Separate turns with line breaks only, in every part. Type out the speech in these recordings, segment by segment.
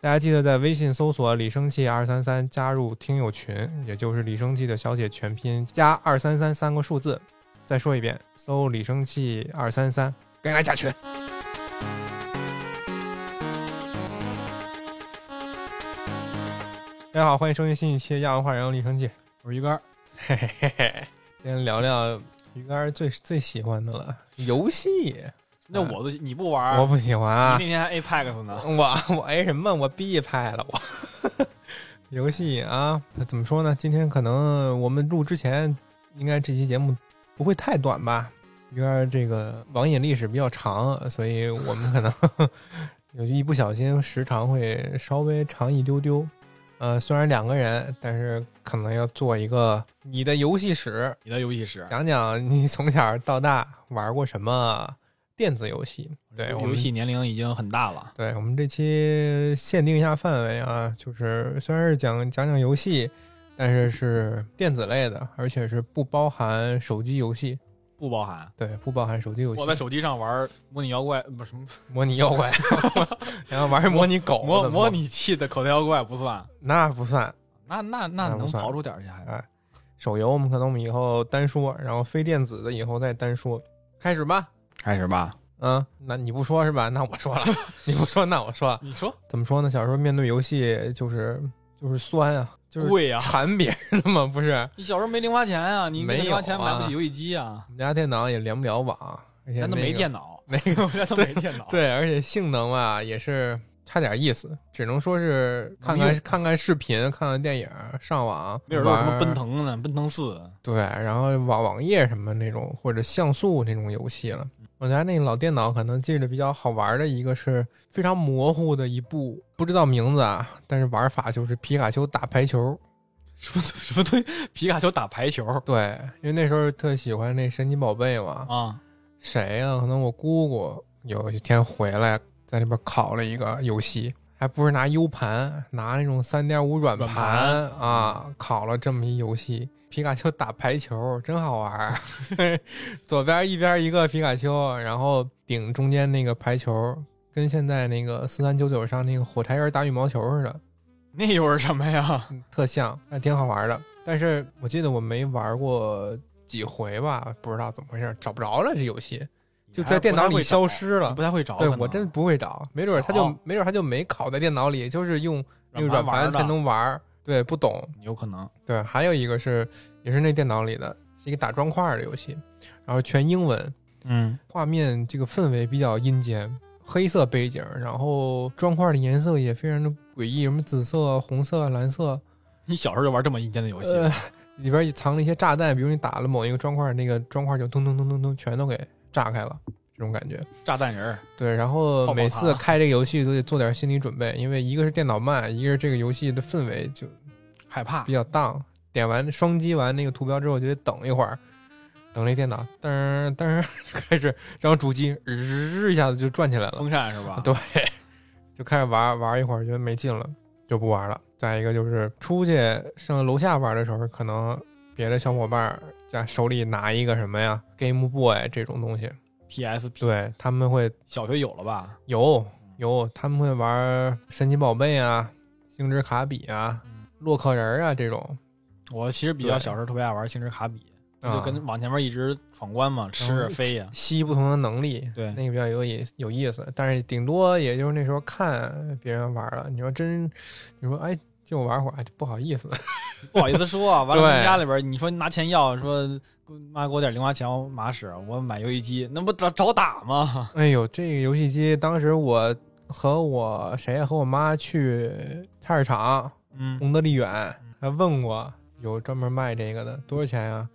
大家记得在微信搜索“李生气二三三”，加入听友群，也就是“李生气”的小写全拼加二三三三个数字。再说一遍，搜“李生气二三三”，赶紧来加群。大家好，欢迎收听新一期《亚文化人》，我是李生气。
我是鱼竿，
嘿嘿嘿，先聊聊鱼竿最最喜欢的了，游戏。
那我都你不玩儿，
嗯我不喜欢啊
你那天还 Apex 呢，
我 我 A 什么？我 B 派了我。 游戏啊，怎么说呢？今天可能我们录之前，应该这期节目不会太短吧？因为这个网瘾历史比较长，所以我们可能 有一不小心时长会稍微长一丢丢。呃，虽然两个人，但是可能要做一个你的游戏史，
你的游戏室，
讲讲你从小到大玩过什么电子游戏。对，我们
游戏年龄已经很大了，
对我们这期限定一下范围啊，就是虽然是讲讲讲游戏，但是是电子类的，而且是不包含手机游戏。
不包含。
对，不包含手机游戏
我。在手机上玩模拟摇怪，不是什么
模拟妖 怪，然后玩模拟狗，
模
怎么
模拟器的口袋妖怪不算，
那不算。
那那那
那不
能
算
刨出点儿去还？
哎，手游我们可能我们以后单说，然后非电子的以后再单说。开始吧，
开始吧，
嗯，那你不说是吧？那我 说了，你不说那我说了。
你说
怎么说呢？小时候面对游戏就是就是酸啊，就是
贵呀？
馋别人的嘛，不是？
你小时候没零花钱啊，你
没有啊
零花钱买不起游戏机啊
我，们家电脑也连不了网，而且
咱都
那
没
个
电脑，
没
我家都没电脑，，
对，而且性能吧也是差点意思，只能说是看
能
看
用
看看视频、看看电影、上网，
没准儿有什么
玩
奔腾呢，奔腾四，
对，然后网网页什么那种或者像素那种游戏了。
嗯
我家那老电脑可能记得比较好玩的一个是非常模糊的一部，不知道名字啊，但是玩法就是皮卡丘打排球。
什么什么对，皮卡丘打 排球
对，因为那时候特喜欢那神奇宝贝嘛，
啊，
谁呀、可能我姑姑有一天回来，在那边考了一个游戏，还不是拿 U 盘，拿那种三点五软
软盘
啊，考了这么一游戏。皮卡丘打排球真好玩儿，左边一边一个皮卡丘，然后顶中间那个排球，跟现在那个四三九九上那个火柴人打羽毛球似的，
那又是什么呀？
特像，还挺好玩的。但是我记得我没玩过几回吧，不知道怎么回事，找不着了这游戏。就在电脑里消失了
你不太会找。
对
可能
我真不会找，没准儿他就
少
没准儿他就没拷在电脑里，就是用那个软
软
盘
盘玩的
才能玩儿。对，不懂。
有可能
对，还有一个是也是那电脑里的，是一个打砖块儿的游戏，然后全英文，
嗯，
画面这个氛围比较阴间，黑色背景，然后砖块儿的颜色也非常的诡异，什么紫色、红色、蓝色，
你小时候就玩这么阴间的游戏，
呃，里边儿也藏了一些炸弹，比如你打了某一个砖块儿，那个砖块儿就咚咚咚咚咚全都给炸开了，这种感觉。
炸弹人儿，
对，然后
泡泡
每次
糖
开这个游戏都得做点心理准备，因为一个是电脑慢，一个是这个游戏的氛围就
害怕
比较荡。点完双击完那个图标之后，就得等一会儿，等那电脑噔儿噔儿就开始，然后主机日一下子就转起来了，
风扇是吧？
对，就开始玩玩一会儿，觉得没劲了，就不玩了。再一个就是出去上楼下玩的时候，可能别的小伙伴儿在手里拿一个什么呀，Game Boy 这种东西，
，PSP
对他们会
小学有了吧？
有有，他们会玩神奇宝贝啊、星之卡比啊、
嗯
洛克人啊这种，
我其实比较小时候特别爱玩星之卡比，
啊
就跟往前面一直闯关嘛，吃飞呀，
吸不同的能力，
对
那个比较有意有意思。但是顶多也就是那时候看别人玩了，你说真，你说哎，就玩会儿，哎，不好意思，
不好意思说啊。完了，
对
跟家里边你说你拿钱要，说妈给我点零花钱，我马使，我买游戏机，那不找找打吗？
哎呦，这个游戏机当时我和我谁呀和我妈去菜市场，
嗯，
洪德利远还问过有专门卖这个的多少钱呀、啊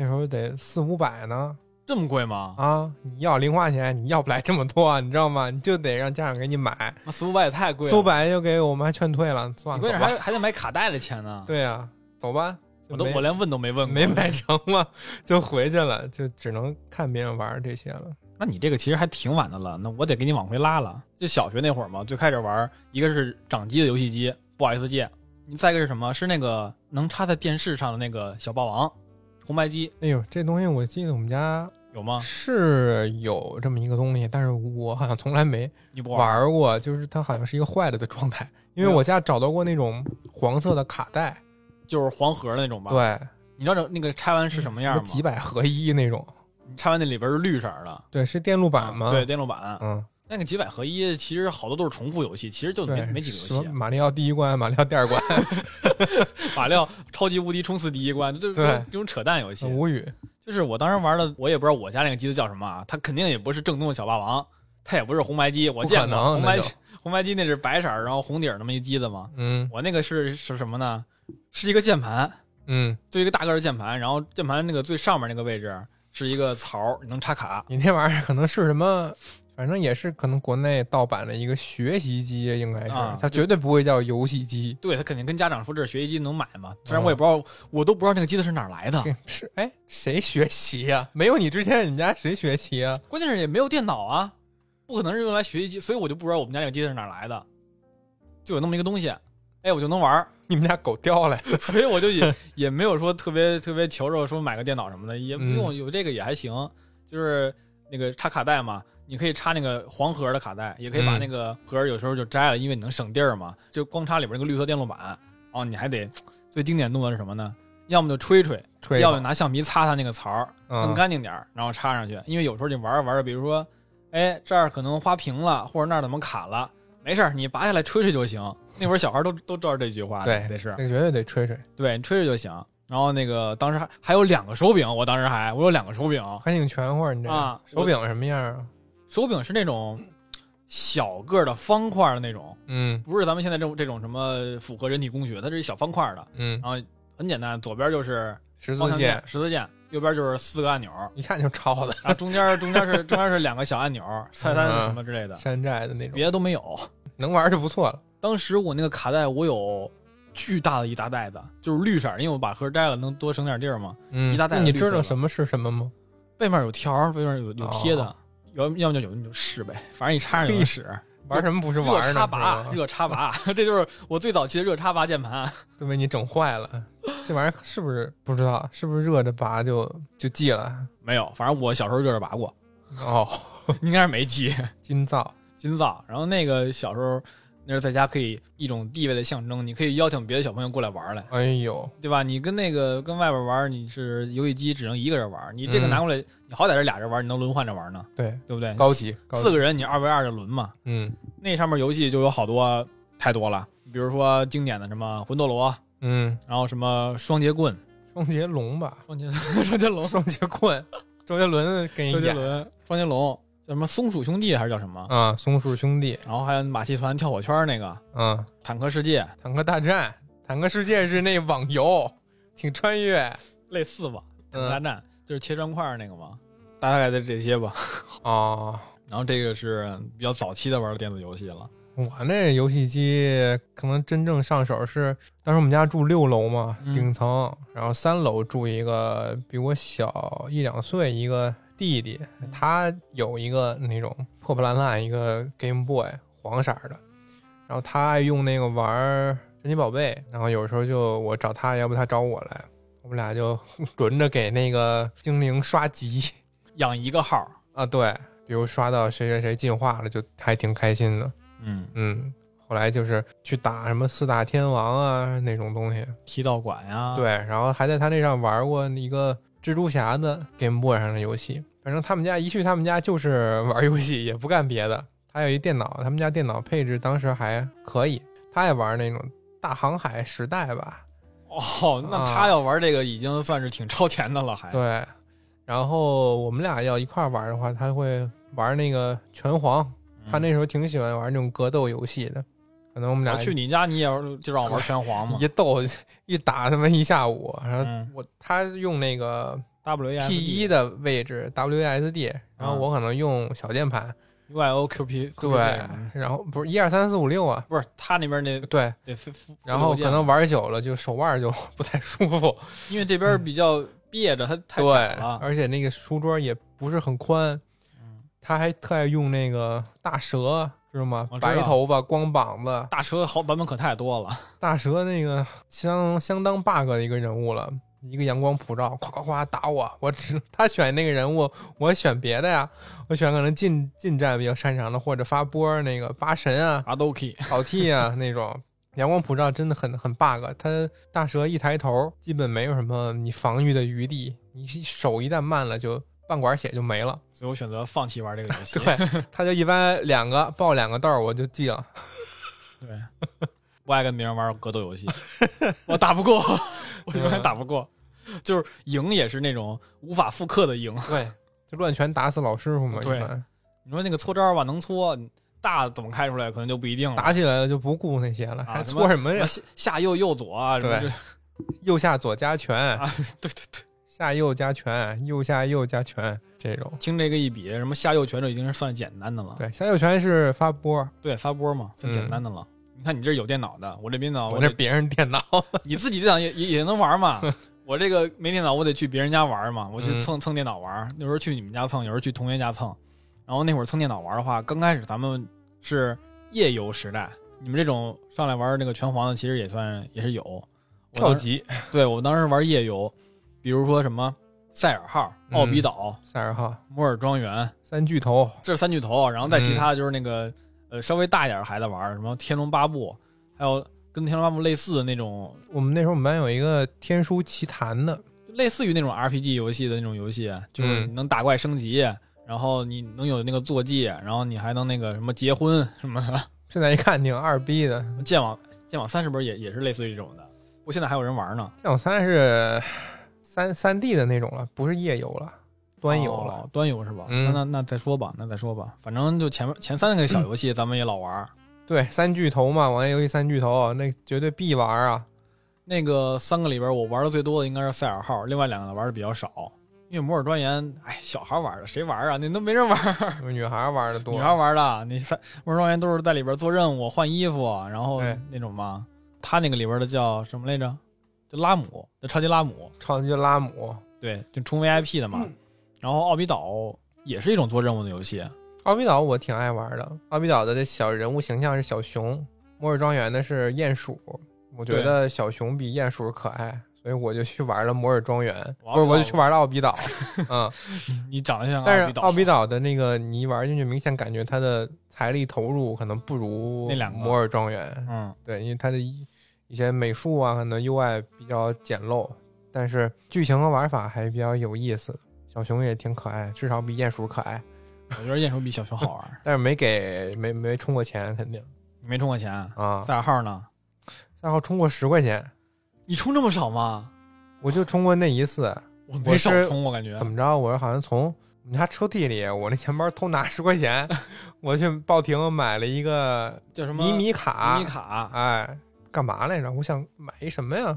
那时候得四五百呢，
这么贵吗？
啊，你要零花钱，你要不来这么多，啊你知道吗？你就得让家长给你买，
那四五百也太贵
苏
了，
白就给我妈劝退了，算
你
了
关键
走吧。
还还得买卡带的钱呢。
对呀、走吧，就
我都
没
我连问都没问过，
没买成嘛， 就回去了，就只能看别人玩这些了。
那你这个其实还挺晚的了，那我得给你往回拉了。就小学那会儿嘛，最开始玩儿，一个是掌机的游戏机，不好意思借；你再一个是什么？是那个能插在电视上的那个小霸王，红白机
哎呦，这东西我记得我们家
有有 吗？
是有这么一个东西，但是我好像从来没
你不玩儿？
玩过，就是它好像是一个坏了的状态，因为我家找到过那种黄色的卡带，
就是黄盒的那种吧？，
对，
你知道那个拆完是什么样
有
吗？
几百合一那种，
你拆完那里边是绿色儿的
对，是电路板吗？
啊对，，电路板。
嗯，
那个几百合一，其实好多都是重复游戏，其实就没
对，
没几个
什
游
么
戏。啊
马里奥第一关、马里奥第二 关，
马料超级无敌冲刺第一关，这就是
对
这种扯淡游戏。
很无语。
就是我当时玩的，我也不知道我家那个机子叫什么啊，它肯定也不是正宗的小霸王，它也不是红白机，我见
不可
过
能
红白
那
机，红白机那是白色儿，然后红底儿那么一机子嘛。
嗯
我那个是是什么呢？是一个键盘，
嗯，
就一个大个儿的键盘，然后键盘那个最上面那个位置是一个槽儿，你能插卡。
你那玩意儿可能是什么，反正也是可能国内盗版的一个学习机，应该是、
啊
它绝对不会叫游戏机。
对他肯定跟家长说这是学习机能买吗？虽然我也不
嗯
知道，我都不知道那个机子是哪儿来的，
这是哎，谁学习呀、没有你之前，你们家谁学习呀、
关键是也没有电脑啊，不可能是用来学习机，所以我就不知道我们家那个机子是哪儿来的，就有那么一个东西，哎，我就能玩儿，
你们家狗叼来？
所以我就也也没有说特别特别求着说买个电脑什么的，也不
嗯
用有这个也还行，就是那个插卡带嘛，你可以插那个黄盒的卡带，也可以把
嗯
那个盒有时候就摘了，因为你能省地儿嘛，就光插里边那个绿色电路板，哦，你还得最经典动作是什么呢？要么就吹吹，
吹
要么拿橡皮擦擦那个槽儿，弄
嗯，
干净点儿，然后插上去。因为有时候你玩啊着玩着，比如说，哎，这儿可能花瓶了，或者那儿怎么卡了，没事儿，你拔下来吹吹就行。那会儿小孩都都知道这句话，
对，
得是
这个绝对得吹吹。
对你吹吹就行。然后那个当时还还有两个手柄，我当时还我有两个手柄，
还挺全乎儿，你这、
啊
手柄什么样啊？
手柄是那种小个儿的方块儿的那种，
嗯
不是咱们现在这种这种什么符合人体工学，它是小方块儿的，
嗯，
然后很简单，左边就是
十
方
字
向
键
键，，十字键，右边就是四个按钮，
一看就抄的，
啊，中间中间是中间是两个小按钮，菜单什么之类的，
山寨的那种，
别的都没有。
能玩儿就不错了。
当时我那个卡带，我有巨大的一大袋子，就是绿色儿，因为我把盒摘了，能多省点地儿嘛。
嗯，
一大袋
那你
绿色
知道
的
什么是什么吗？
背面有条儿，背面有有贴的
哦，
要要么就有你就试呗，反正你插上就能使。
玩什么不是玩儿
热
呢？
插
是
拔，
吧
热插拔， 这就是我最早期的热插拔键盘。
都被你整坏 了。这玩意儿是不是不知道？是不是热着拔就就记了？
没有，反正我小时候热着拔过，
哦，
应该是没机
金造，
金造。然后那个小时候，那是在家可以一种地位的象征，你可以邀请别的小朋友过来玩儿来。
哎呦，
对吧？你跟那个跟外边玩，你是游戏机只能一个人玩，你这个
嗯
拿过来，你好歹是俩人玩，你能轮换着玩呢，
对，
对不对？
高级，高
哎四
级，
个人你二 v 二就轮嘛，
嗯
那上面游戏就有好多太多了，比如说经典的什么魂斗罗，
嗯，
然后什么双截棍、
双截龙吧，
双截 双截龙、
双截棍，周杰伦跟
双
你
截
演
轮、哎双截龙，叫什么松鼠兄弟还是叫什么？
啊，松树兄弟
然后还有马戏团跳火圈那个
啊，
坦克世界，
坦克大战，坦克世界是那网游，挺穿越，
类似吧？坦克大
嗯
战、就是切砖块那个嘛，大概的这些吧。
哦，
然后这个是比较早期的玩的电子游戏了。
我那游戏机可能真正上手是当时我们家住六楼嘛，
嗯
顶层，然后三楼住一个比我小一两岁一个弟弟，他有一个那种破破烂烂一个 Game Boy 黄色儿的，然后他爱用那个玩儿神奇宝贝，然后有时候就我找他，要不他找我来，我们俩就 轮着给那个精灵刷级
养一个号，
啊，对，比如刷到谁谁谁进化了，就还挺开心的。
嗯，
嗯，后来就是去打什么四大天王啊那种东西，
踢道馆呀、
对，，然后还在他那上玩过一个蜘蛛侠的 Game Boy 上的游戏。反正他们家一去他们家就是 玩游戏，也不干别的。他有一电脑，他们家电脑配置当时还可以，他也玩那种大航海时代吧，
哦，那
啊
他要玩这个已经算是挺超前的了，还，
对。然后我们俩要一块儿玩的话，他会玩那个拳皇，
嗯
他那时候挺喜欢玩那种格斗游戏的。可能我们俩
我去你家你也玩就让我玩拳皇嘛
一斗 一打他们一下午，然后
嗯
我他用那个
，W 啊 E
呃 P 一的位置 WASD，然后我可能用小键盘，
U I O Q P
对，
啊
然后不是一二三四五六啊，
不是他那 边那
对，
得分，分
然后可，
分
能
流键
玩久了就手腕就 不太舒服，
因为这边比较憋着，他太
对
窄了，嗯
而且那个书桌也不是很宽，他还特爱用那个大蛇，知道吗
我？知道
白头发光膀子，
大车好版本可太多了，
大蛇那个相相当 bug 的一个人物了，一个阳光普照，咵咵咵打我，我只他选那个人物，我选别的呀，我选可能近近战比较擅长的，或者发波那个八神啊、
阿斗 key
草剃啊那种。阳光普照真的很很 bug，它大蛇一抬头，基本没有什么你防御的余地，你手一旦慢了就半管血就没了。
所以我选择放弃玩这个游戏。
对，他就一般两个爆两个豆儿我就记了。
对，不爱跟别人玩格斗 游戏，我打不过，
嗯
我永远打不过，就是赢也是那种无法复刻的赢。
对，就乱拳打死老师傅嘛，一
对
般
你说那个搓招吧，能搓大怎么开出来，可能就不一定了。
打起来了就不顾那些了，
嗯啊
还
什
搓
么
什么
什
呀
么？下下右右左啊，什么
对
这
右下左加拳，
啊， 对对对，
下右加拳，右下右加拳这种。
听这个一比，什么下右拳就已经是算简单的了。
对，下右拳是发波，
对，发波嘛，算简单的了。你看你这有电脑的，我这电
嗯
脑
我
我
这
这
别人电脑。
你自己电脑也也也能玩嘛。我这个没电脑，我得去别人家玩嘛，我去
嗯
蹭、蹭电脑玩。有时候去你们家蹭，有时候去同学家蹭。然后那会儿蹭电脑玩的话，刚开始咱们是夜游时代，你们这种上来玩那个拳皇的，其实也算也是有。我
跳
当时
级，
对我当时玩夜游，比如说什么塞尔号、
嗯
奥比岛、
三十号
摩尔庄园，
三巨头，
这是三巨头，然后
嗯
再其他就是那个、呃稍微大一点的孩子玩儿什么《天龙八部》，还有跟《天龙八部》类似的那种，
我们那时候我们班有一个天书奇谭的，
类似于那种 RPG 游戏的那种游戏，就是
嗯
你能打怪升级，然后你能有那个坐骑，然后你还能那个什么结婚什么的。
现在一看挺二逼的。
剑网剑网三是不是也也是类似于这种的？不过现在还有人玩呢，
剑网三是三三 D 的那种了，不是夜游了，端游了。
哦端游是吧？
嗯
那那那再说吧，那再说吧，反正就前面前三个小游戏咱们也老玩儿。
对，三巨头嘛，网页游戏三巨头，那绝对必玩 啊。
那个三个里边，我玩的最多的应该是赛尔号，另外两个玩的比较少。因为摩尔庄园，哎，小孩玩的谁玩啊？那都没人玩儿，
女孩玩的多，
女孩玩的。你赛摩尔庄园都是在里边做任务、换衣服，然后
对
那种嘛。他那个里边的叫什么来着？就拉姆，就超级拉姆，
超级拉姆。
对，就充 VIP 的嘛。
嗯
然后奥比岛也是一种做任务的游戏，
奥比岛我挺爱玩的，奥比岛的这小人物形象是小熊，摩尔庄园的是鼹鼠，我觉得小熊比鼹鼠可爱，所以我就去玩了摩尔庄园，
哇
不是我就去玩了奥比岛，嗯，
你长得像
但
奥
是
比岛，
奥比岛的那个你一玩进去，明显感觉它的财力投入可能不如
那两个
摩尔庄园，
嗯，
对，因为它的一一些美术啊，可能 UI 比较简陋，但是剧情和玩法还比较有意思，小熊也挺可爱，至少比鼹鼠可爱，
我觉得鼹鼠比小熊好 玩。
但是没给没没充过钱，肯定。
你没充过钱？
啊，
赛尔号呢？
然后充过十块钱，
你充这么少吗？
我就充过那一次。
我
我
没少
是
充，我感觉。
怎么着？我好像从我们家抽屉里，我那钱包偷拿十块钱， 我去报亭买了一个
叫什么
迷你卡。
迷你卡，
哎，干嘛来着？我想买一什么呀？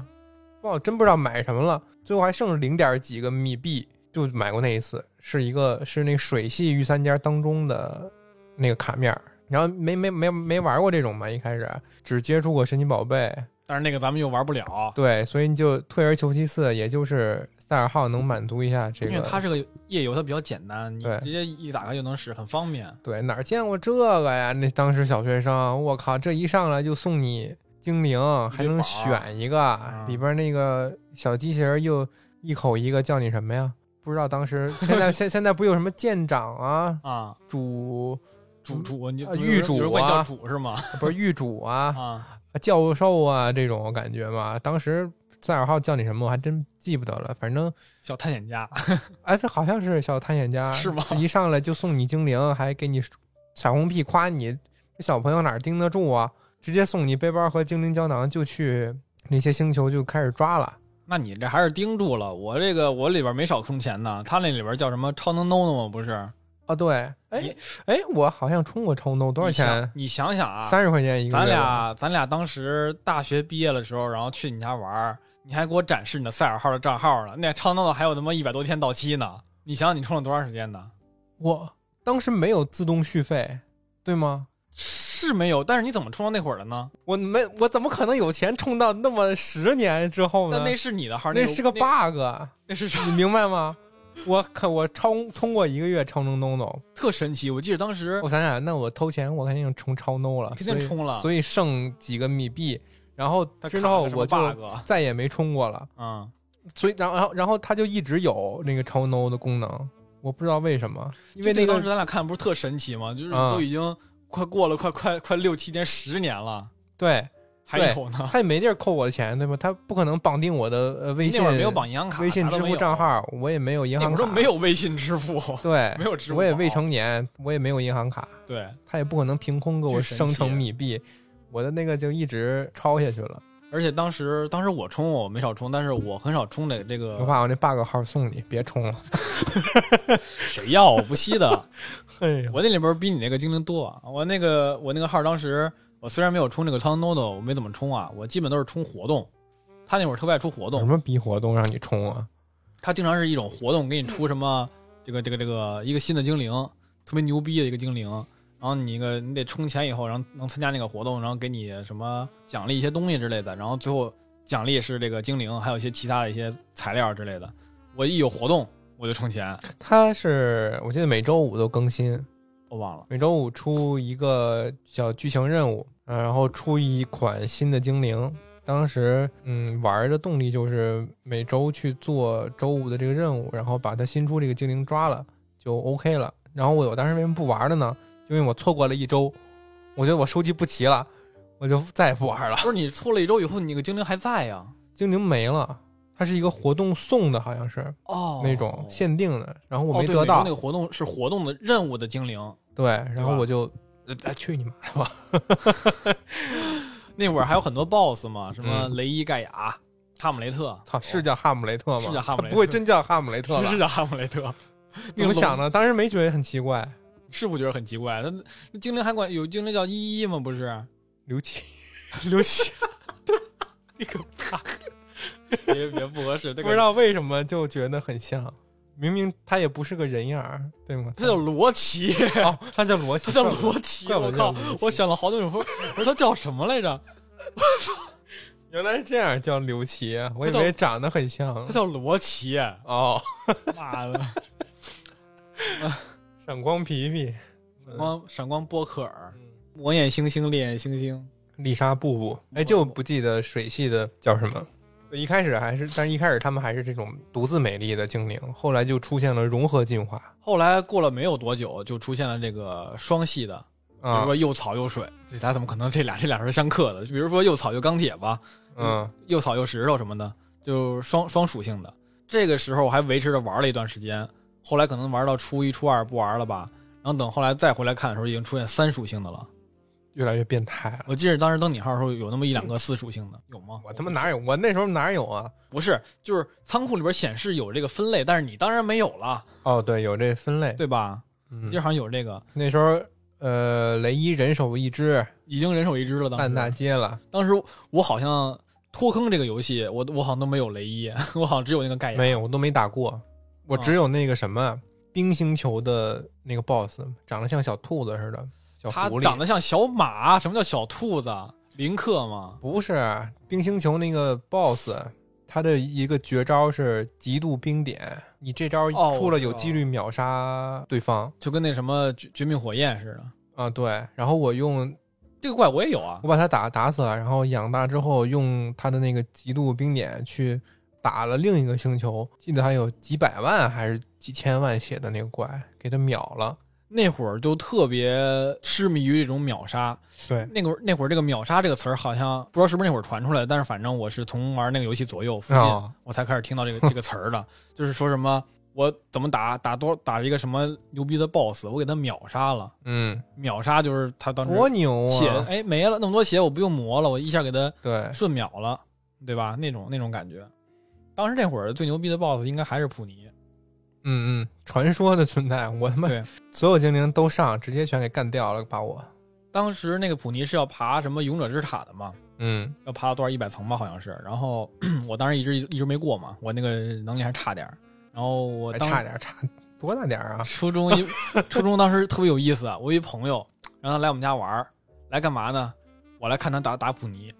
我真不知道买什么了。最后还剩零点几个米币，就买过那一次，是一个是那水系御三家当中的那个卡面儿。然后没没没没玩过这种嘛，一开始只接触过神奇宝贝，
但是那个咱们又玩不了，
对，所以你就退而求其次，也就是赛尔号能满足一下这
因为它
个。
是个夜游，它比较简单，你
对
直接一打开就能使，很方便。
对，哪儿见过这个呀？那当时小学生，我靠，这一上来就送你精灵，还能选一个，
啊
里边那个小机器人又一口一个叫你什么呀？不知道当时现 在现现在不有什么舰长啊、
啊，嗯
主
主主你
啊御主啊
有人管你叫主 是吗？
不是狱主啊、
啊，
教授啊这种感觉嘛？当时赛尔号叫你什么，我还真记不得了，反正
小探险家，
哎，这好像是小探险家，
是吗
一上来就送你精灵，还给你彩虹屁，夸你这小朋友哪儿盯得住啊？直接送你背包和精灵胶囊，就去那些星球就开始抓了。
那你这还是盯住了我这个，我里边没少充钱呢。他那里边叫什么超能 no no 不是？
哦，对，哎
你
哎，我好像充过超 no，多少钱？
你想你想想啊，
三十块钱一个月。
咱俩咱俩当时大学毕业的时候，然后去你家玩儿，你还给我展示你的赛尔号的账号呢，那超能 no 还有他妈一百多天到期呢。你想想你充了多长时间呢？
我当时没有自动续费，对吗？
是没有，但是你怎么充到那会儿的呢？
我没，我怎么可能有钱充到那么十年之后呢？
但那是你的号，
啊那
那
是个
那
bug，
那是啥
你明白吗？我可我超充过一个月超能 no no，
特神奇。我记得当时
我想想，那我偷钱，我肯定充超 no 了，
肯定
所以
充了
所以剩几个米币，然后
他
之后我
卡了
就
个什么 bug，
再也没充过了。
嗯，
所以然后然后然后它就一直有那个超 no 的功能，我不知道为什么，因为
就这
那
当时
个
咱俩看不是特神奇吗？就是
啊
都已经快过了快快快六七年十年了，
对
还有呢。
它也没地儿扣我的钱，对吧？它不可能绑定我的呃微
那
信，
会儿没有绑银行卡，
微信
啥都
支
没
付
有
账，号，我也没有银
那
行
会儿
卡，
都没有微信支付，
对，
没有支付宝，
我也未成年，我也没有银行卡，
对，
他也不可能凭空给我
巨神
生
奇啊
成米币，我的那个就一直抄下去了。
而且当时当时我充我没少充，但是我很少充这个这
我
个
把我那 bug 号送你，别充了。
谁要我不惜的，
哎呦，
我那里边比你那个精灵多啊，我那个我那个号当时我虽然没有充那个超 no 的，我没怎么充啊，我基本都是充活动，他那会儿特别爱出活
有什
动，
么逼活动让你充啊？
他经常是一种活动给你出什么这个这个这个一个新的精灵，特别牛逼的一个精灵，然后你一个你得充钱以后，然后能参加那个活动，然后给你什么奖励一些东西之类的，然后最后奖励是这个精灵，还有一些其他的一些材料之类的。我一有活动我就充钱，
他是我记得每周五都更新，
我忘了，
每周五出一个小剧情任务，啊然后出一款新的精灵。当时，嗯，玩儿的动力就是每周去做周五的这个任务，然后把它新出这个精灵抓了就 OK 了。然后我我当时为什么不玩了呢？因为我错过了一周，我觉得我收集不齐了，我就再也不玩了。
不是你凑了一周以后，你那个精灵还在呀？
精灵没了，它是一个活动送的，好像是、
哦，
那种限定的，然后我
哦
没
对
得
美国
到，
那个活动是活动的任务的精灵，
对，然后
吧
我就，呃哎去你妈的吧！
那会儿还有很多 BOSS 嘛，什么
嗯
雷伊盖亚、哈姆雷特，
操，是叫哈姆雷特吗？
哦是叫哈姆雷特
他不会真叫哈姆雷特吧？
是叫哈姆雷特。
怎么想？的？当时没觉得很奇怪。
是不觉得很奇怪？那那精灵还管有精灵叫依依吗？不 是，
刘琦，
刘琦，你可怕！别别不合适，这
不
个
知道为什么就觉得很像，明明他也不是个人样儿，对吗？
他叫罗琦，
哦，他叫罗琦，
他叫罗琦。
怪不
我
得叫
靠
罗琦！
我想了好久，我说我说他叫什么来着？
原来是这样叫刘琦，我以
他叫
为长得很像
他。叫罗 琦，
哦，
妈的！
闪光皮皮，嗯
闪光闪光波克尔，魔眼星星，烈焰星星。
丽莎布布，
嗯
哎，就不记得水系的叫什么。一开始还是，但是一开始他们还是这种独自美丽的精灵，后来就出现了融合进化
后来过了没有多久，就出现了这个双系的，比如
啊，
说又草又水，这俩怎么可能这俩这俩是相克的？就比如说又草又钢铁吧，
嗯，
又草又石头什么的，就双双属性的。这个时候我还维持着玩了一段时间，后来可能玩到初一、初二不玩了吧。然后等后来再回来看的时候，已经出现三属性的了。
越来越变态了。
我记得当时登你号的时候有那么一两个四属性的，有吗？
我他妈哪 有？我那时候哪有啊？
不是，就是仓库里边显示有这个分类，但是你当然没有了，
哦，对，有这分类。
对吧？
嗯
这好像有这个，
那时候，呃，雷伊人手一只，
已经人手一只了。当时
烂大街了，
当时我好像脱坑这个游戏，我我好像都没有雷伊， 我好像只有那个盖亚。
没有，我都没打过，我只有那个什么冰星球的那个 BOSS，长得像小兔子似的，小
它
狐
长
狸。
得像小马，什么叫小兔子？林克吗？
不是啊冰星球那个 BOSS，他的一个绝招是极度冰点，你这招
哦
出
我
了
知
有
道
几率秒杀对方
就跟那什么绝绝命火焰似的。
啊、对，然后我用
这个怪我也有啊
我，把它打打死了，然后养大之后用它的那个极度冰点去打了另一个星球，记得还有几百万还是几千万血的那个怪，给它秒了。
那会儿就特别痴迷于这种秒杀。
对，
那会儿那会儿这个秒杀这个词儿好像不知道是不是那会儿传出来的，但是反正我是从玩那个游戏左右附近，
啊、
我才开始听到这 个这个词儿的，就是说什么我怎么打打多打一个什么牛逼的 BOSS，我给他秒杀了。
嗯，
秒杀就是他当时
多牛
血
啊！
哎没了那么多血，我不用磨了，我一下给他
对，
瞬秒了，对吧？那种那种感觉。当时那会儿最牛逼的 BOSS 应该还是普尼，
嗯嗯，传说的存在，我他妈
对
所有精灵都上，直接全给干掉了，把我，
当时那个普尼是要爬什么勇者之塔的嘛，
嗯
要爬到多少一百层吧，好像是。然后 我当时一直一直没过嘛，我那个能力还差点儿。然后我
还
当
差点，差多大点儿啊？
初中一初中当时特别有意思，啊我有一朋友让他来我们家玩儿，来干嘛呢？我来看他打打普尼，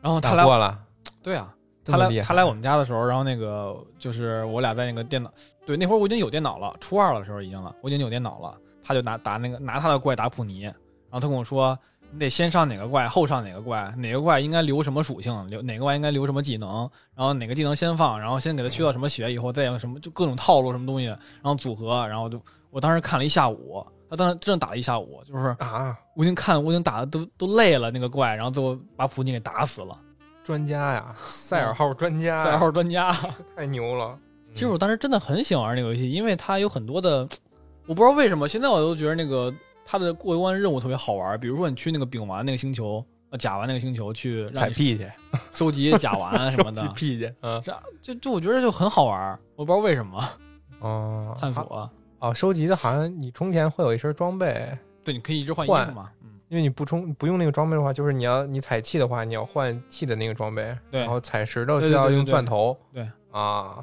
然后他
打
来
过了，
对啊，
这
他
么
来
厉害
他来我们家的时候，然后那个就是我俩在那个电脑，对，那会儿我已经有电脑了，初二的时候已经了，我已经有电脑了，他就拿打那个拿他的怪打普尼，然后他跟我说你得先上哪个怪，后上哪个怪，哪个怪应该留什么属性，留哪个怪应该留什么技能，然后哪个技能先放，然后先给它去掉什么血，以后再用什么就各种套路什么东西，然后组合，然后就我当时看了一下午，他当时真的打了一下午，就是
啊，
我已经看我已经打的都都累了那个怪，然后最后把普尼给打死了，
专家呀，赛尔号专家呀，
赛号专家。
太牛了。嗯
其实我当时真的很喜欢玩那个游戏，因为它有很多的，我不知道为什么，现在我都觉得那个它的过关任务特别好玩。比如说你去那个丙烷那个星球，呃，甲烷那个星球去让你
屁去，
收集甲烷什么
收
的
集，屁去，嗯，
这就就我觉得就很好玩，我不知道为什么
哦，
探索。
啊哦，收集的好像你充钱会有一身装备，
对，你可以一直换衣服嘛，嗯，
因为你不充不用那个装备的话，就是你要你采气的话，你要换气的那个装备，
对
然后采石头
对
需
对
要
对
用
对
钻头，
对
啊，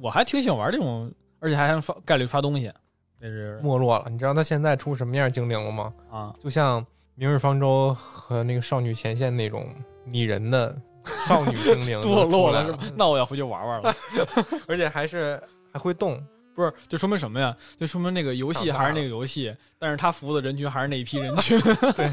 我还挺喜欢玩这种，而且还能刷概率刷东西，这是
没落了。你知道他现在出什么样精灵了吗？
啊，
就像《明日方舟》和那个《少女前线》那种拟人 的少女精灵
堕
都
落
出来
了是
了
吧，？那我要回去玩玩
嗯
了。
而且还是还会 动，
不是，就说明什么呀？就说明那个游戏
长大
还是那个游戏，但是他服务的人群还是那一批人群，
对，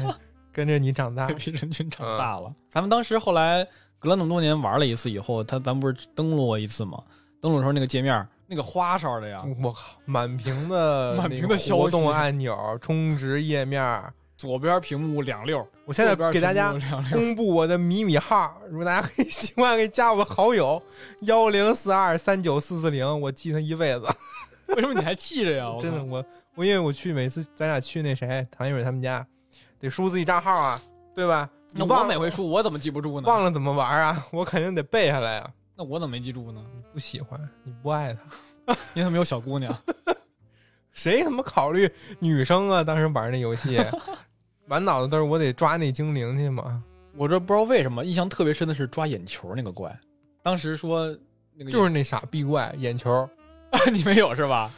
跟着你长 大
那。批人群
嗯
长大了。咱们当时后来隔了那么多年玩了一次以后，他咱们不是登录过一次吗？登录的时候那个界面那个花哨的呀，
我靠，满屏的
满屏的
那个
消息
活动按钮、充值页面。
左边屏幕两溜，
我现在
右边
给大家
屏幕两 溜，
公布我的米米号，如果大家 可以喜欢，可以加我的好友幺零四二三九四四零，我记他一辈子。
为什么你还记着呀？我靠
真的，我我因为我去每次咱俩去那谁唐一伟他们家，得输自己账号啊，对吧？
那
你忘
我
了
每回输我怎么记不住呢？
忘了怎么玩啊，我肯定得背下来啊。
那我怎么没记住呢？
你不喜欢，你不爱他，
因为他没有小姑娘，
谁他妈考虑女生啊？当时玩那游戏， 满脑子都是我得抓那精灵去嘛。
我这不知道为什么印象特别深的是抓眼球那个怪，当时说那个
就是那傻逼怪眼球，
是 你没有是吧？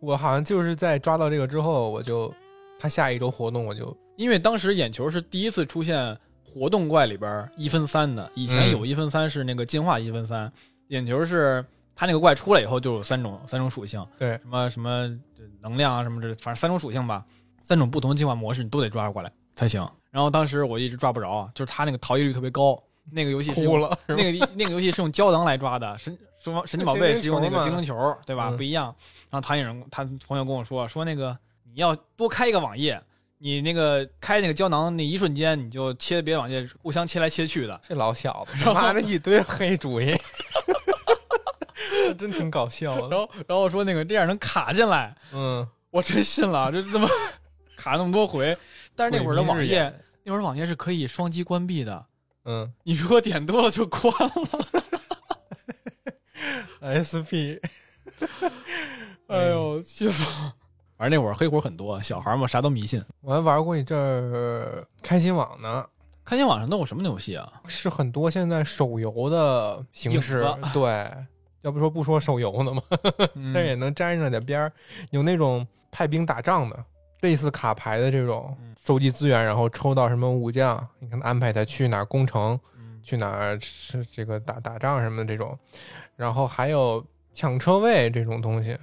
我好像就是在抓到这个之后，我就他下一周活动我就
因为当时眼球是第一次出现活动怪里边一分三的，以前
嗯
有一分三是那个进化一分三，眼球是它那个怪出来以后就有三种三种属性，
对
什么什么这能量啊什么这，反正三种属性吧，三种不同的进化模式你都得抓过来才行。然后当时我一直抓不着，啊就是它那个逃逸率特别高，那个游戏是
哭
用
了，
那个那个游戏是用胶囊来抓的，神神神奇宝贝是用那个
精
精
灵
灵球，对吧？
嗯
不一样。然后唐颖人他朋友跟我说说那个你要多开一个网页，你那个开那个胶囊那一瞬间你就切别的网页，互相切来切去的。
这老小子他妈的一堆黑主 意，真挺搞笑的。
然后然后说那个这样能卡进来，
嗯，
我真信了，这他妈 卡那么多回。但是那会儿的网
鬼迷日
页
眼，
那会儿网页是可以双击关闭的，
嗯
你如果点多了就关了。
，SP
哎呦，气死我！反正那会儿黑活很多，小孩嘛啥都迷信。
我还玩过一阵儿开心网呢，
看见网上都有什么游戏啊？
是很多现在手游的形式
影，
对，要不说不说手游呢嘛，
嗯
但是也能沾上点边儿。有那种派兵打仗的，类似卡牌的这种
嗯，
收集资源，然后抽到什么武将，你看安排他去哪儿攻城，
嗯
去哪儿是这个打打仗什么的这种，然后还有抢车位这种东西，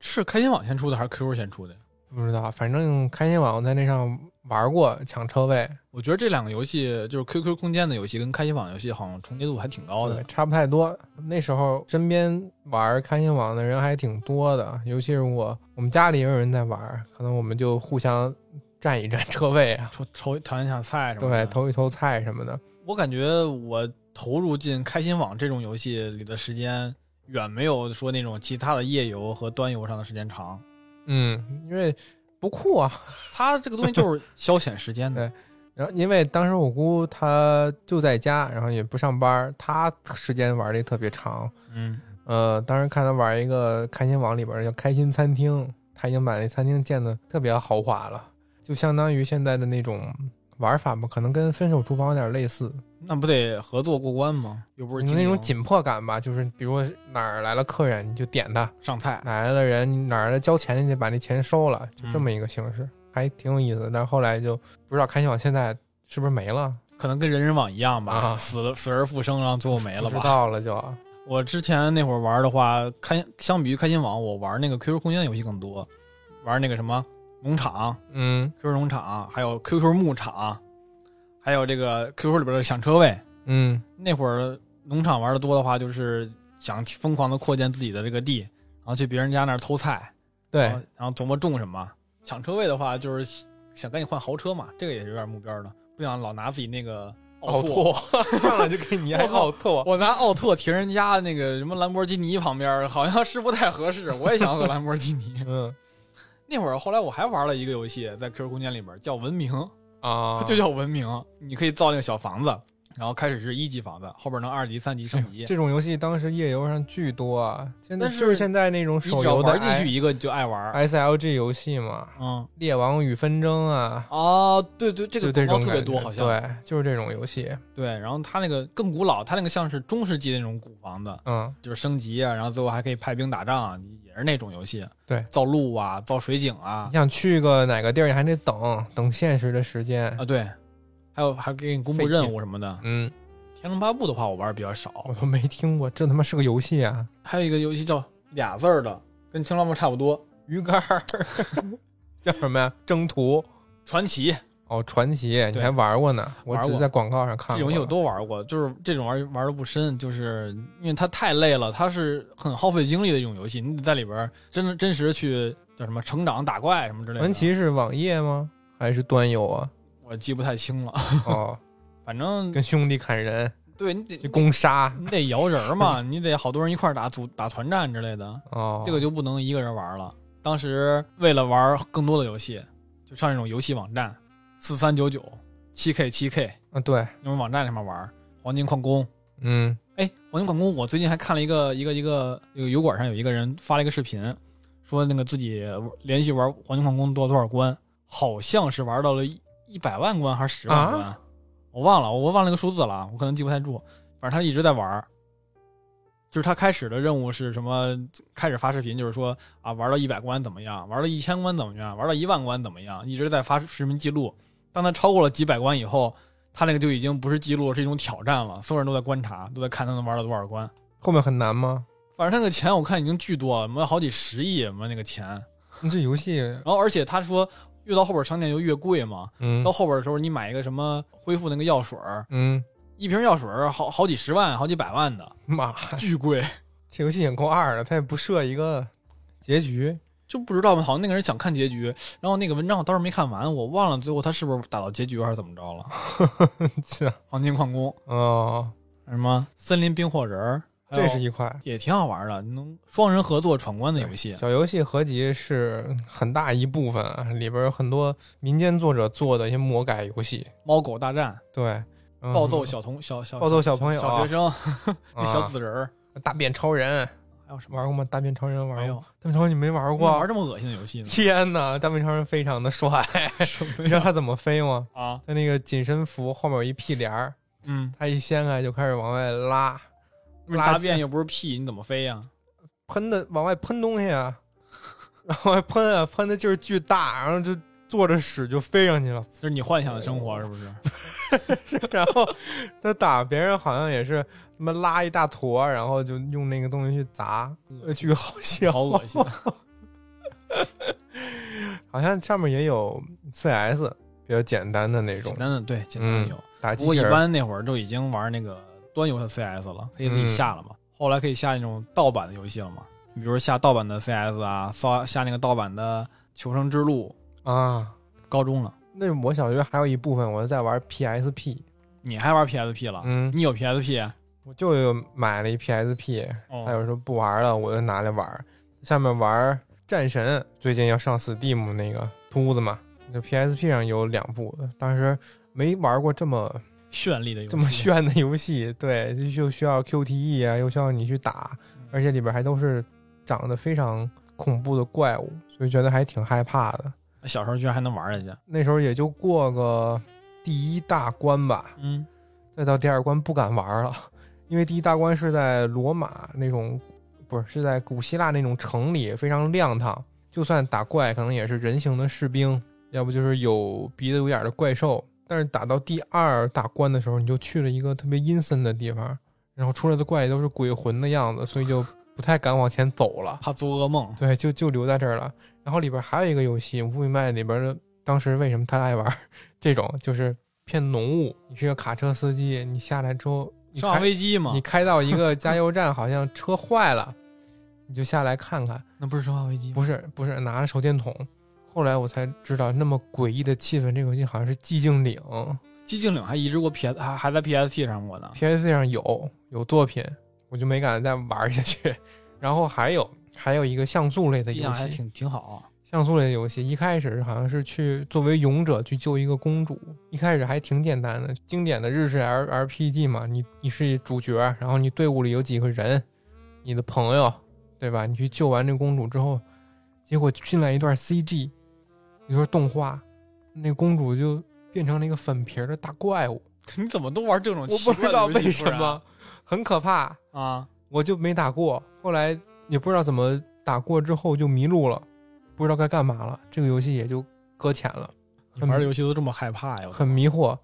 是开心网先出的还是 QQ 先出的？
不知道，反正开心网在那上玩过抢车位，
我觉得这两个游戏就是 QQ 空间的游戏跟开心网游戏好像重叠度还挺高
对
的。
差不太多。那时候身边玩开心网的人还挺多的，尤其是我，我们家里也有人在玩，可能我们就互相占一占车位啊，
抽抽尝一下菜什么
对，
的。，
投一投菜什么的。
我感觉我投入进开心网这种游戏里的时间，远没有说那种其他的页游和端游上的时间长。
嗯，因为不酷啊。
它这个东 西就是消遣时间的。
然后因为当时我姑她就在家，然后也不上班，她时间玩的特别长。
嗯，
呃，当时看她玩一个开心网里边儿叫开心餐厅，她已经把那餐厅建的特别豪华了，就相当于现在的那种玩法吧，可能跟分手厨房有点类似，
那不得合作过关吗？又不是
有那种
经
紧迫感吧，就是比如说哪儿来了客人，你就点他。
营上菜。
哪来的人，你哪儿来的交钱，你得把那钱收了，就这么一个形式，还挺有意思的。但是后来就不知道开心网现在是不是没了，
可能跟人人网一样吧，
啊
死了死而复生，然后最后没了
不知
吧？
道了就。
我之前那会儿玩的话，开相比于开心网，我玩那个 QQ 空间游戏更多，玩那个什么农场、
嗯
QQ 农场，还有 QQ 牧场，还有这个 QQ 里边的享车位。
嗯
那会儿农场玩的多的话，就是想疯狂的扩建自己的这个地，然后去别人家那儿偷菜，然
对
后，然后琢磨种什么。抢车位的话，就是想赶紧换豪车嘛，这个也是有点目标的，不想老拿自己那个
奥
拓。
拓上来就给你
我靠
拓，。
我拿奥拓停人家那个什么兰博基尼旁边，好像是不太合适。我也想要个兰博基尼
嗯
那会儿，后来我还玩了一个游戏，在 QQ 空间里边叫《文明》，
啊，
它就叫《文明》，你可以造那个小房子，然后开始是一级房子，后边能二级、三级升级。
这种游戏当时页游上巨多啊，现在
但是
就是现在那种
你
手
只要
游的哎
玩进去一个，你就爱玩。
S L G 游戏嘛，《
嗯，
猎王与纷争》啊，
啊，对对，这
就
个
这
广
种
告特别
感觉
多，好像
对，就是这种游戏，
对。然后它那个更古老，它那个像是中世纪那种古房子，
嗯，
就是升级啊，然后最后还可以派兵打仗啊，也是那种游戏。
对
造路啊，造水井啊
你，想去个哪个地儿，你还得等等现实的时间，
啊，对，还有还给你公布
费劲
任务什么的。
嗯，
《天龙八部》的话，我玩儿比较少
我。都没听过，这他妈是个游戏啊，
还有一个游戏叫俩字儿的，跟《天龙八部》差不多，
鱼竿 儿叫什么呀？征途
传奇。
哦，传奇，你
对
还玩过呢？我
玩
只是
过
在广告上看
这
过，
游戏我都玩过，就是这种玩玩的不深，就是因为它太累了，它是很耗费精力的一种游戏，你得在里边儿真的真实地去叫什么成长、打怪什么之类的。
传奇是网页吗？还是端游啊？
我记不太清了，
哦，
反正
跟兄弟砍人，
对你得
去攻杀
你得摇人 儿嘛，你得好多人一块儿打组打团战之类的。
哦，
这个就不能一个人玩了。当时为了玩更多的游戏，就上那种游戏网站，四三九九、七 K 七 K
啊，对，
那种网站上面玩黄金矿工。
嗯
哎，黄金矿工，我最近还看了一个一个一个一个油管上有一个人发了一个视频，说那个自己连续玩黄金矿工多多少关，好像是玩到了一百万关还是十万关，我忘了，我忘了那个数字了啊，我可能记不太住。反正他一直在玩儿，就是他开始的任务是什么？开始发视频就是说啊，玩到一百关怎么样？玩到一千关怎么样？玩到一万关怎么样？一直在发视频记录。当他超过了几百关以后，他那个就已经不是记录了，是一种挑战了。所有人都在观察，都在看他能玩到多少关。
后面很难吗？
反正他那个钱我看已经巨多了，什么好几十亿什么那个钱。
你这游 戏，
然后而且他说越到后边商店就越贵嘛，
嗯
到后边的时候你买一个什么恢复那个药水儿，
嗯，
一瓶药水儿好好几十万、好几百万的，
妈，
巨贵。
这游戏也够二的，它也不设一个结局，
就不知道好像那个人想看结局，然后那个文章我当时没看完，我忘了最后他是不是打到结局还是怎么着了。
这
黄金矿工，
哦，
什么森林冰火人儿，还有
这是一块
也挺好玩的，能双人合作闯关的游戏。
小游戏合集是很大一部分啊，里边有很多民间作者做的一些魔改游戏，
猫狗大战，
对，嗯
暴揍小童小小
暴揍小朋友，
小学生，那小
啊
死人儿，
大便超人
还有什么
玩过吗？大便超人玩过
没有
吗？？大便超人你没玩
我玩
过？
这么恶心的 游戏呢？
天哪，大便超人非常的帅，
什么
你知道他怎么飞吗？
啊？
他那个紧身服后面有一屁帘儿，
嗯，
他一掀开就开始往外拉，
不是
垃圾
大便又不是屁，你怎么飞呀？
喷的往外喷东西啊， 往外喷啊，喷的劲儿巨大，然后就坐着屎就飞上去了。
这是你幻想的生活是不是？
然后他打别人好像也是他妈拉一大坨，然后就用那个东西去砸，呃巨好笑，
嗯好恶 心！
好像上面也有 CS 比较简单的那种
简单的对，简单的
嗯
有。
打机
不过
器
一
人儿，
般那会儿就已经玩那个端游的 CS 了，可以自
嗯
己下了嘛。后来可以下那种盗版的游戏了嘛，比如下盗版的 CS 啊，下下那个盗版的《求生之路
啊。》。
高中了，
那我小学还有一部分我在玩 PSP，
你还玩 PSP 了？
嗯，
你有 PSP？
我舅舅买了一 PSP，
哦
他有时候不玩了，我就拿来玩儿。下面玩儿战神，最近要上 Steam 那个秃子嘛，那 PSP 上有两部，当时没玩过这么
绚丽的游戏，啊
这么炫的游戏， 对，就就需要 QTE 啊，又需要你去打，
嗯
而且里边还都是长得非常恐怖的怪物，所以觉得还挺害怕的。
小时候居然还能玩下去。啊
那时候也就过个第一大关吧，
嗯，
再到第二关不敢玩了，因为第一大关是在罗马那种，不是是在古希腊那种城里，非常亮堂。就算打怪，可能也是人形的士兵，要不就是有鼻子有眼儿的怪兽。但是打到第二大关的时候，你就去了一个特别阴森的地方，然后出来的怪也都是鬼魂的样子，所以就不太敢往前走了。
怕做噩梦。
对，就就留在这儿了。然然后里边还有一个游戏，我不明白里边的当时为什么他爱玩这种，就是骗浓雾。你是个卡车司机，你下来之后，你
上
开
飞机嘛
你，开到一个加油站，好像车坏了，你就下来看看。
那不是生化危机吗？
不是不是，拿着手电筒。后来我才知道，那么诡异的气氛，这个游戏好像是寂静岭
寂静岭还移植过 PS，还还在 PST 上过呢。
PS 上有有作品，我就没敢再玩下去。 然后还有还有一个像素类的
印
游
象还
戏，
挺挺好，
像素类的游戏一开始好像是去作为勇者去救一个公主，一开始还挺简单的，经典的日式 R R P G 嘛，你你是主角，然后你队伍里有几个人，你的朋友，对吧？你去救完这公主之后，结果进来一段 C G，一段动画，那公主就变成了一个粉皮儿的大怪物，
你怎么都玩这种
我
奇
不知
怪的
道
游戏
为什
突然
么，很可怕。
啊？
我就没打过，后来也不知道怎么打过之后就迷路了，不知道该干嘛了，这个游戏也就搁浅了，
你玩的游戏都这么害怕呀？我
很迷惑。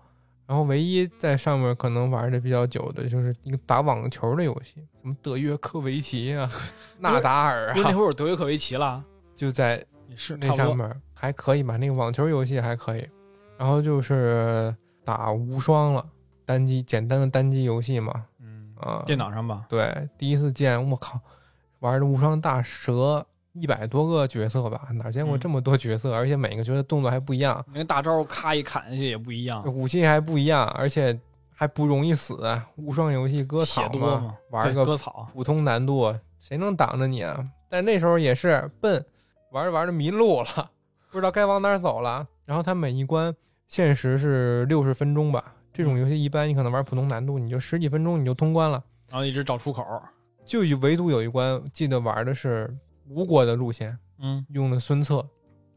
然后唯一在上面可能玩的比较久的就是一个打网球的游戏，什么德约科维奇 啊、纳达尔
因为那
啊，
会儿有德约科维奇了，
就在
也是
那
差
上
不多。
面还可以吧，那个网球游戏还可以。然后就是打无双了，单机简单的单机游戏嘛，
嗯，
啊，
电脑上吧，
对，第一次见，我靠，玩的无双大蛇一百多个角色吧，哪见过
嗯
这么多角色？而且每个角色动作还不一样，
那个大招咔一砍下去也不一样，
武器还不一样，而且还不容易死。无双游戏割
血
草
多
嘛，
嘛，
玩
对
个
割草，
普通难度，谁能挡着你啊？但那时候也是笨，玩着玩着迷路了， 不知道该往哪儿走了。然后它每一关限时是六十分钟吧，这
嗯
种游戏一般你可能玩普通难度，你就十几分钟你就通关了。
然后一直找出口。
就有唯独有一关，记得玩的是吴国的路线，
嗯，
用的孙策，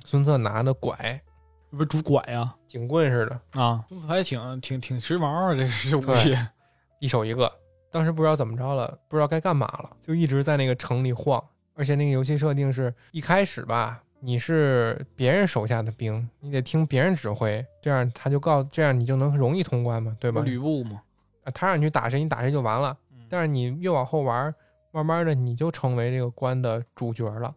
孙策拿的拐
不是拄拐呀？
警棍似的，
啊，中途还挺挺挺时髦啊，这是这武器。
一手一个。当时不知道怎么着了，不知道该干嘛了， 就一直在那个城里晃。而且那个游戏设定是一开始吧，你是别人手下的兵，你得听别人指挥，这样他就告，这样你就能容易通关嘛，对吧？
吕布嘛，
啊他让你去打谁，你打谁就完了。
嗯
但是你越往后玩，慢慢的你就成为这个关的主角了。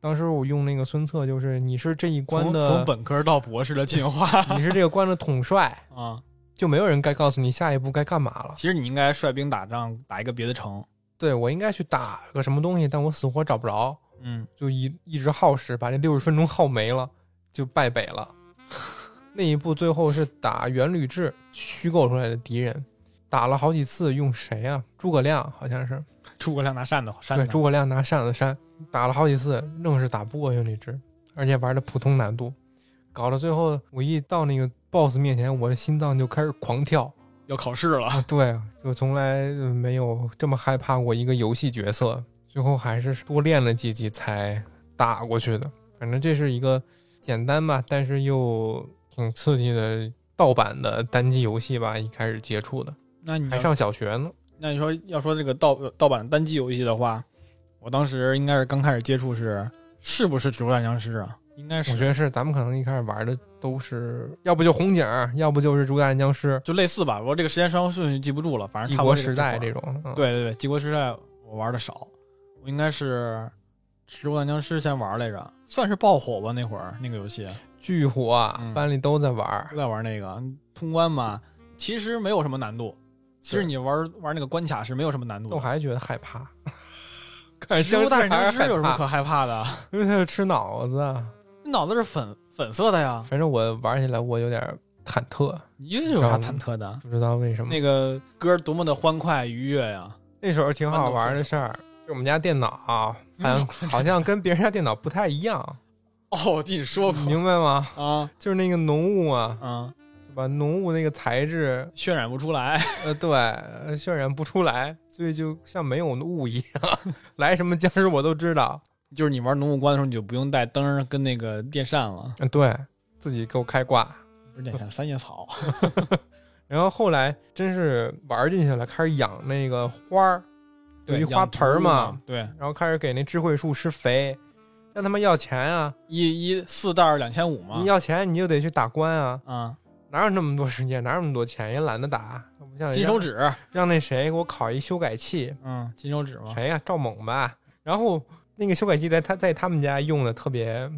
当时我用那个孙策，就是你是这一关
从从
的，
本科到博士的进 化
你是这个关的统帅，
啊。
就没有人该告诉你下一步该干嘛了。
其实你应该率兵打仗，打一个别的城。
对我应该去打个什么东西，但我死活找不着，
嗯，
就一一直耗时，把这六十分钟耗没了，就败北了。 那一步最后是打袁吕雉虚构出来的敌人，打了好几次，用谁啊？诸葛亮好像是，
诸葛亮拿扇子扇
对，
子，
诸葛亮拿扇子扇，打了好几次，愣是打不过袁立之，而且玩的普通难度，搞到最后，我一到那个 BOSS 面前，我的心脏就开始狂跳。啊
要考试 了。
对，就从来呃没有这么害怕过一个游戏角色，最后还是多练了几级才打过去的。反正这是一个简单吧，但是又挺刺激的盗版的单机游戏吧。一开始接触的，
那你
还上小学呢。
那你说要说这个盗呃盗版单机游戏的话，我当时应该是刚开始接触是是不是《植物大僵尸》啊？应该
我
是，
觉得是咱们可能一开始玩的都是，要不就红警儿，要不就是朱大战僵尸、
就类似吧。我这个时间稍顺序记不住了，反正
帝
差不多
国
这个
时代
这会
这
儿。
种。嗯、
对对对，帝国时代我玩的少，我应该是《植物大僵尸》先玩来着，算是爆火吧那会儿那个游戏
巨火啊、
嗯
班里都在玩儿
都。在玩那个通关嘛，其实没有什么难度。其实
对
你玩玩那个关卡是没有什么难度
但我
的。
还觉得害怕， 看
植
僵
物大
尸
战僵
还是
尸
害
有什么
怕，
可害怕的？
因为他是吃脑子啊。
脑子是粉粉色 的呀，
反正我玩起来我有点忐忑，
你这有啥忐忑的？
不知道为什么。
那个歌多么的欢快愉悦呀！
那时候挺好玩的事儿，就我们家电脑、
嗯
好像好像跟别人家电脑不太一样，
哦，我听你 说过
明白吗？
啊
就是那个浓雾啊，
啊，
是吧？浓雾那个材质
渲染不出来，
呃，对，呃渲染不出来，所以就像没有雾一样， 来什么僵尸我都知道。
就是你玩浓雾关的时候，你就不用带灯儿跟那个电扇了，
嗯，对自己给我开挂。
不是电扇，三叶草。
然后后来真是玩进去了，开始养那个花儿，有
对，
一花盆儿
养
嘛
植物嘛，对，
然后开始给那智慧树施肥，但他妈要钱啊！
一一四袋两千五嘛
你，要钱你就得去打官啊，
啊，
哪有那么多时间，哪有那么多钱，也懒得打。不像
金手
让
指，
让那谁给我考一修改器，
嗯，金手指嘛，
谁呀、赵猛吧。然后那个修改器在他在他们家用的特别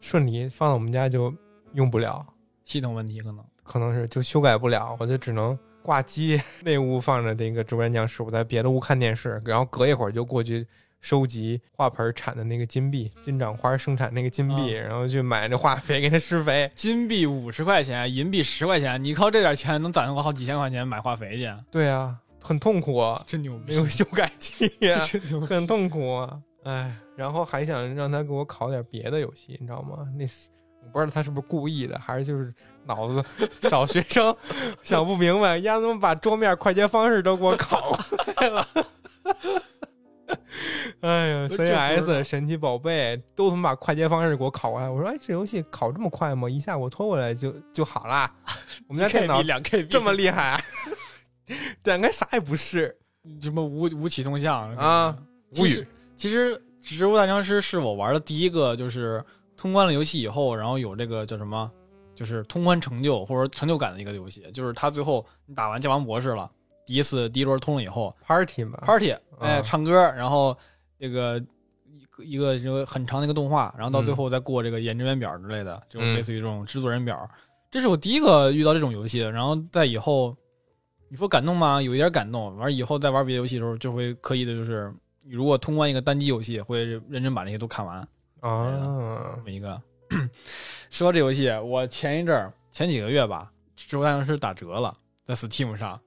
顺利，放到我们家就用不了，
系统问题可能。
可能是就修改不了，我就只能挂机，那屋放着那个《竹篮将士》，我在别的屋看电视，然后隔一会儿就过去收集花盆产的那个金币，金掌花生产那个金币，然后去买那化肥给它施肥。
金币五十块钱，银币十块钱，你靠这点钱能攒个好几千块钱买化 肥去，
对啊，很痛苦，
真牛逼
没！有修改啊器呀、
真牛 逼！
很痛苦啊，哎，然后还想让他给我考点别的游戏，你知道吗？那死我不知道他是不是故意的，还是就是脑子 小学生 想不明白，丫怎么把桌面快捷方式都给我考过来了？ 哎呀
这不知道
，CS、神奇宝贝都他妈把快捷方式给我考过来。我说，哎，这游戏考这么快吗？一下我拖过来就就好 啦。我们家电
1K
脑
比两 K 比
这么厉 害，两个啥也不是
什么无无启动项
啊，无
其
语
实。其实《植物大僵尸》是我玩的第一个，就是通关了游戏以后，然后有这个叫什么，就是通关成就或者成就感的一个游戏。就是他最后你打完教完博士了，第一次第一轮通了以后
Party 嘛，
，party，哎，唱歌，然后这个一个一个这个很长的一个动画，然后到最后再过这个研制员表之类的，这种
嗯
类似于这种制作人表。这是我第一个遇到这种游戏，然后在以后，你说感动吗？有一点感动。完以后再玩别的游戏的时候，就会刻意的，就是你如果通关一个单机游戏，会认真把那些都看完。
啊
这，么一个， 说这游戏，我前一阵儿前几个月吧，《植物大僵尸》打折了，在 Steam 上，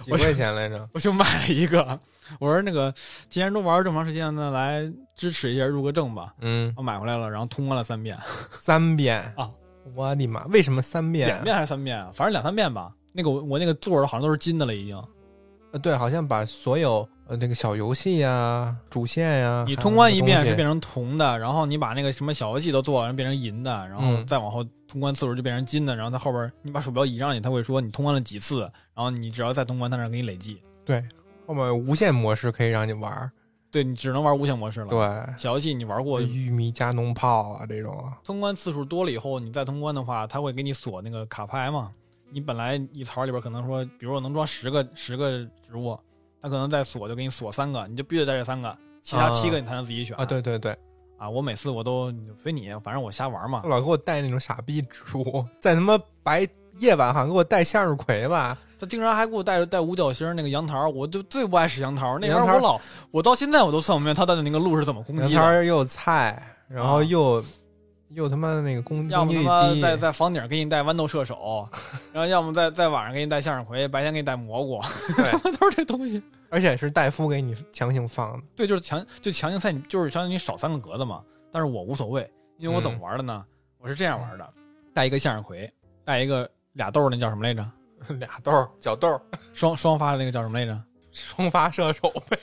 几块钱来着？
我就买了一个。我说那个，既然都玩了这么长时间，那来支持一下，入个证吧。
嗯，
我买回来了，然后通关了三遍，
三遍
啊！
我的妈，为什么三遍？
两遍还是三遍啊？反正两三遍吧。那个我我那个座儿好像都是金的了，已经。
呃，对，好像把所有呃那个小游戏呀、主线呀、
你通关一遍
还有
是
那个
变成铜的，然后你把那个什么小游戏都做完，变成银的，然后
嗯
再往后通关次数就变成金的，然后它后边你把鼠标移上去，它会说你通关了几次，然后你只要再通关，它那给你累计。
东西后面无限模式可以让你玩儿，
对你只能玩无限模式了。
对，，嗯
小游戏你玩过，
玉米加农炮啊这种，
通关次数多了以后，你再通关的话，它会给你锁那个卡牌嘛。你本来一槽里边可能说，比如我能装十个十个植物，它可能再锁就给你锁三个，你就必须得带这三个，其他
啊
七个你才能自己选
啊，对对对，
啊，我每次我都随你，反正我瞎玩嘛。
老给我带那种傻逼植物，在他妈白夜晚好像给我带向日葵吧，
他经常还给我带带五角星那个杨桃，我就最不爱吃杨桃。那玩意
杨
儿
桃
我老，我到现在我都算不明白他的那个路是怎么攻
杨
击
桃
的。
儿又有菜，然后又、又啊他妈的那个攻
要
攻
么
击
他
力
妈
低，
在在房顶给你带豌豆 射手，然后要么在在晚上给你带向日葵，白天给你带蘑菇，他妈 都是这东西。
而且是戴夫给你强行放的。
对，就是强就强行在你就是相当于你少三个格子嘛。但是我无所谓，因为我怎
嗯
么玩的呢？我是这样玩的：带一个向日葵，带一个俩豆儿那叫什么来着？
俩豆儿，角豆儿，
双双发的那个叫什么来着？
双发射手呗，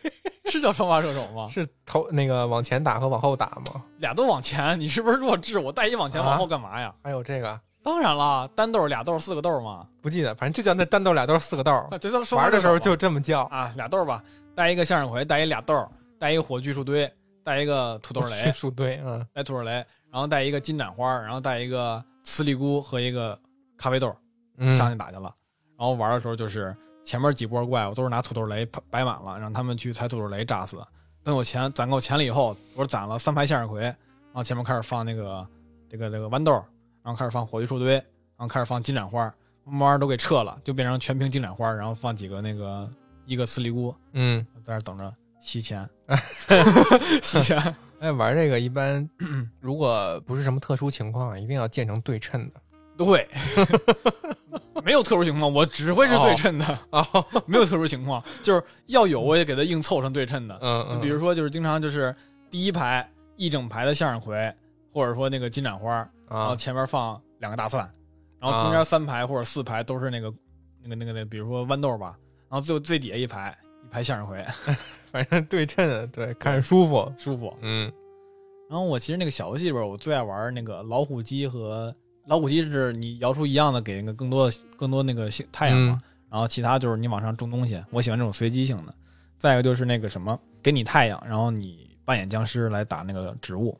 是叫双发射手吗？
是头那个往前打和往后打吗？
俩都往前，你是不是弱智？我带一往前，
啊
往后干嘛呀？
还有这个
当然了，单豆儿俩豆儿四个豆儿嘛，
不记得，反正就叫那单豆儿俩豆儿四个豆儿
啊，，对，叫双发
玩的时候
射手嘛
就这么叫。
啊俩豆儿吧，带一个向日葵，带一俩豆儿，带一个火炬树堆，带一个土 豆
是
雷，
树堆啊，
带土豆雷，然后带一个金盏花，然后带一个磁力菇和一个咖啡豆儿
嗯
上去打去了。然后玩的时候就是前面几波怪我都是拿土豆雷摆满了，让他们去踩土豆雷炸死。等我钱攒够钱了以后，我攒了三排向日葵，然后前面开始放那个这个这个豌豆，然后开始放火炬树堆，然后开始放金盏花，慢慢都给撤了，就变成全屏金盏花，然后放几个那个一个磁力菇
嗯，
在那等着吸钱，吸钱。
哎，玩这个一般如果不是什么特殊情况，啊一定要建成对称 的。
对，没有特殊情况，我只会是对称的，
哦，
没有特殊情况，就是要有我也给它硬凑成对称的。
嗯
你比如说，就是经常就是第一排一整排的向日葵，或者说那个金盏花，然后
啊，
前面放两个大蒜，然后中间三排或者四排都是那个那个那个那个，比如说豌豆吧，然后最后最底下一排一排向日葵，
反正对称，对，看着舒服。
舒服。
嗯，
然后我其实那个小游戏里边，我最爱玩那个老虎机和老虎机是你摇出一样的给那个更多的更多那个星太阳
嗯
嘛，然后其他就是你往上种东西，我喜欢这种随机性的。再一个就是那个什么，给你太阳，然后你扮演僵尸来打那个植物，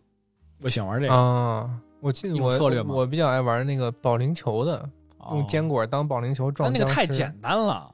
我喜欢玩这个。
啊，我记得
有
我
策略吗
我比较爱玩那个保龄球的，用坚
果，
果当保龄球
哦但
撞
那个太
僵尸
简 单了，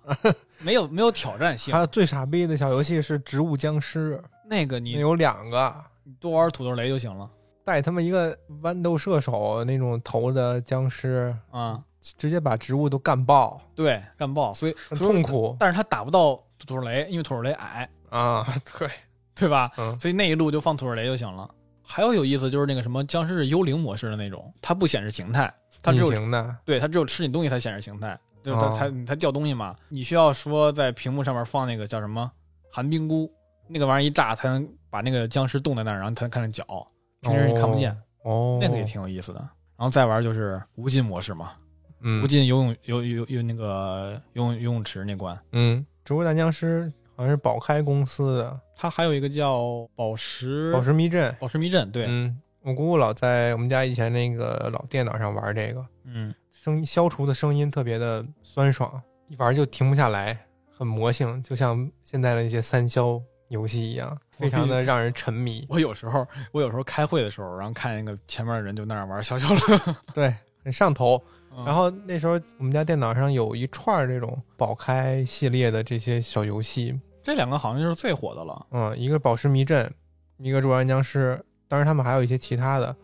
没有没有挑战性
还。有最傻逼的小游戏是植物僵尸，
那
那
个你
有两个，
你多玩土豆雷就行了
带他们一个豌豆射手那种头的僵尸，
啊、
直接把植物都干爆，
对，干爆，所以
很
所以
痛苦
但是他打不到土豆雷，因为土豆雷矮，
啊！对，
对吧？
嗯
所以那一路就放土豆雷就行了。还有有意思就是那个什么僵尸是幽灵模式的那种，它不显示形态，它只有
隐形的，
对它只有吃你东西才显示形态，对吧？
嗯哦
它才它掉东西嘛。你需要说在屏幕上面放那个叫什么寒冰菇，那个玩意儿一炸才能把那个僵尸冻在那儿，然后才能看见脚，平时你看不见，
哦，
那个也挺有意思的。然后再玩就是无尽模式嘛，
嗯
无尽游泳游游游那个游泳游泳池那关。
嗯，植物大僵尸好像是宝开公司的
它还有一个叫宝石
宝石迷阵，
宝石迷阵，对，
嗯，我姑姑老在我们家以前那个老电脑上玩这个，
嗯
声音消除的声音特别的酸爽，一玩就停不下来，很魔性，就像现在的一些三消游戏一样，
我
非常的让人沉迷。
我有时候我有时候开会的时候，然后看见个前面的人就那样玩消消乐，
对，很上头。
嗯
然后那时候我们家电脑上有一串儿这种宝开系列的这些小游戏，
这两个好像就是最火的了，
嗯，一个宝石迷阵，一个《捉人僵尸》，当然他们还有一些其他的。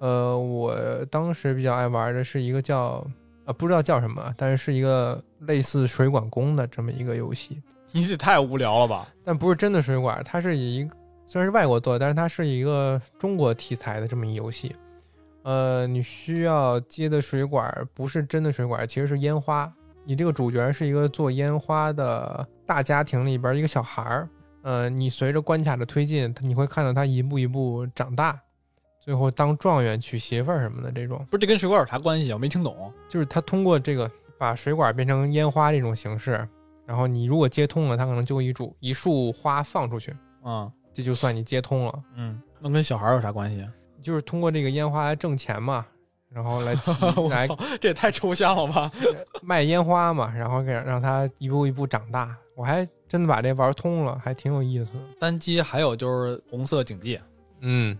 呃，我当时比较爱玩的是一个叫呃不知道叫什么，但是是一个类似水管工的这么一个游戏，
你这太无聊了吧？
但不是真的水管，它是以一个虽然是外国做的，但是它是一个中国题材的这么一游戏。呃，你需要接的水管不是真的水管，其实是烟花。你这个主角是一个做烟花的大家庭里边一个小孩儿。呃，你随着关卡的推进，你会看到他一步一步长大，最后当状元、娶媳妇儿什么的这种，
不是这跟水管有啥关系啊？我没听懂。
就是他通过这个把水管变成烟花这种形式，然后你如果接通了，他可能就一束一束花放出去。
嗯
这就算你接通了，
嗯，那跟小孩有啥关系啊？
就是通过这个烟花来挣钱嘛，然后来 提
我
来
操，这也太抽象了吧？
卖烟花嘛，然后给让它一步一步长大。我还真的把这玩通了，还挺有意思的。
单机还有就是红色警戒，
嗯，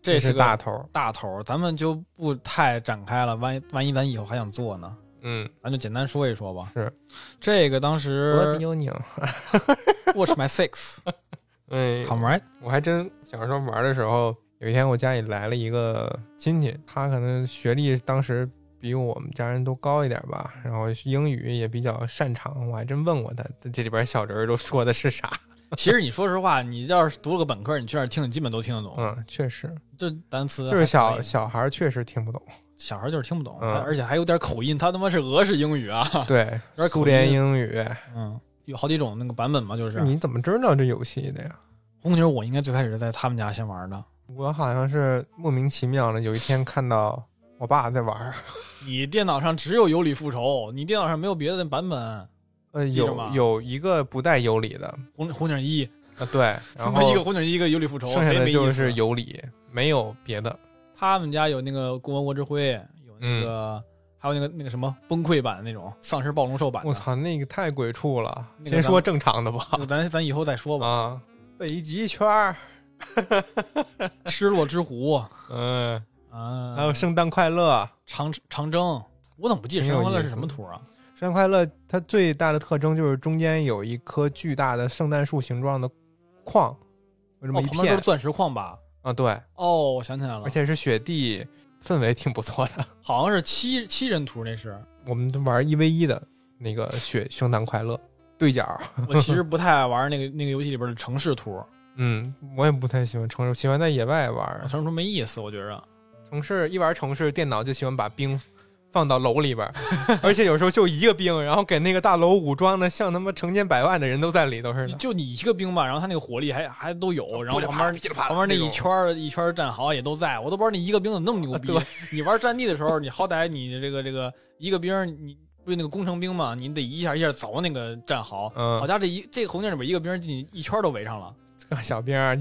这
是
个
大头儿。
大头儿，咱们就不太展开了。万一万一咱以后还想做呢，
嗯，
咱就简单说一说吧。
是
这个当
脖子
时
有拧。
Watch My Six
哎
Come Right，
我还真小时候玩的时候，有一天我家里来了一个亲戚，他可能学历当时比我们家人都高一点吧，然后英语也比较擅长，我还真问过他，这里边小人儿都说的是啥？
其实你说实话，你要是读了个本科，你去那儿听，你基本都听得懂。
嗯，确实，
这单词
就是
还可
小
以
小孩儿确实听不懂。
小孩就是听不懂，
嗯
他而且还有点口音，他他妈是俄式英语啊。
对
点，口
苏联
音
英语，
嗯，有好几种那个版本嘛，就是
你怎么知道这游戏的呀？
红牛，我应该最开始是在他们家先玩的。
我好像是莫名其妙的，有一天看到我爸在玩儿，
你电脑上只有《尤里复仇》，你电脑上没有别的版本。
呃，
记着吗
有有一个不带有理的，
红红警一，
啊， 对，
他
然
妈一个
后
红警一，一个《尤里复仇》，
剩下
贼
的
没意思啊
就是有理，没有别的。
他们家有那个《共和国之辉》，有那
嗯
个、还有那个那个什么崩溃版的那种丧尸暴龙兽版的。
我操，那个太鬼畜了，
那个
先
咱
说正常的吧
这。个咱咱以后再说吧。
啊，北极圈儿，
失落之湖，
嗯，
啊，
啊还有圣诞快乐，
长长征，我怎么不记得
挺
长
有
征快乐
意
是
思
什么图啊？
圣诞快乐它最大的特征就是中间有一棵巨大的圣诞树形状的矿，有这么
哦，
一
旁边
片哎
都是钻石矿吧？
啊，对。
哦，我想起来了
而，且是雪地，氛围挺不错的。
好像是七七人图，那 是
我们都玩一 v 一的那个雪圣诞快乐对角，
我其实不太爱玩那个那个游戏里边的城市图，
嗯，我也不太喜欢城市，喜欢在野外玩。
城市图没意思，我觉着。
城市一玩城市，电脑就喜欢把冰放到楼里边儿， 而且有时候就一个冰，然后给那个大楼武装的像他妈成千百万的人都在里头似
就
的。啊
就你一个兵吧，然后他那个火力还还都有，然后
噼里
旁
啪啦
边
噼里啪啦
旁边那
种
一圈儿一圈儿战壕也都在，我都不知道你一个兵怎么那么牛逼
啊对。
你玩战地的时候，你好歹你这个这个一个兵，你不是那个工程兵嘛，你得一下一下凿那个战壕。好
嗯，
家伙，这一这个红警里边一个兵进去一圈儿都围上了，
这啊个小兵儿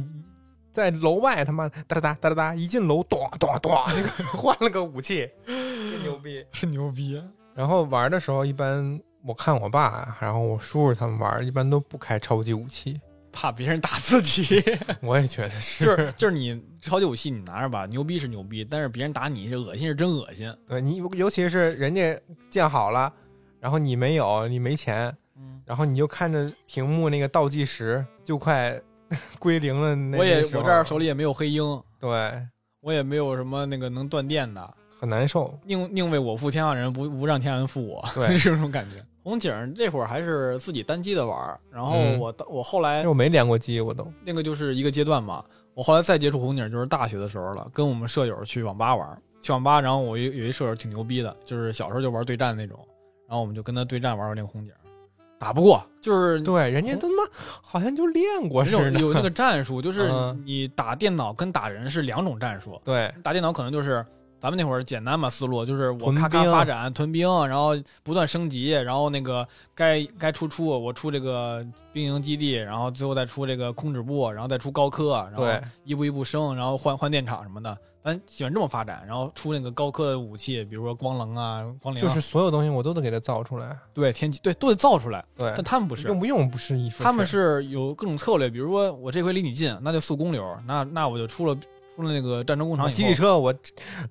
在楼外他妈哒哒哒哒哒哒，一进楼咚咚咚，那个 换了个武器，真牛逼。
是牛逼。
然后玩的时候，一般我看我爸，然后我叔叔他们玩，一般都不开超级武器。
怕别人打自己，
我也觉得，
就是是就是你超级武器你拿着吧，牛逼是牛逼，但是别人打你是恶心是真恶心。
对你，尤其是人家建好了，然后你没有，你没钱，
嗯，
然后你就看着屏幕那个倒计时就快 归零了那
我也
个时候
我这儿手里也没有黑鹰，
对
我也没有什么那个能断电的，
很难受，
宁宁为我负天下人，不不让天下人负我，
对
是这种感觉。红警这会儿还是自己单机的玩儿，然后
嗯
我、我后
因
来
为我没连过机，我都
那个就是一个阶段嘛，我后来再接触红警就是大学的时候了，跟我们舍友去网吧玩儿，去网吧，然后我有有一舍友挺牛逼的，就是小时候就玩对战那种，然后我们就跟他对战玩儿那个红警，打不过，就是
对，人
哦
家他妈好像就练过
有
似的，
有那个战术，就是
哦嗯
你打电脑跟打人是两种战术。
对
打电脑可能就是咱们那会儿简单嘛思路，就是我
屯
咔咔
兵
发展屯兵，然后不断升级，然后那个该该出出我出这个兵营基地，然后最后再出这个控制部，然后再出高科，然后
对
一步一步升，然后换换电厂什么的，咱喜欢这么发展，然后出那个高科的武器，比如说光棱啊、光灵啊，
就是所有东西我都得给它造出来，
对天机对都得造出来，
对
但，他们不是
用。不用不是一回事，
他们是有各种策略，比如说我这回离你近，那就速攻流，那那我就出了出了那个战争工
我
厂以后，
吉利车我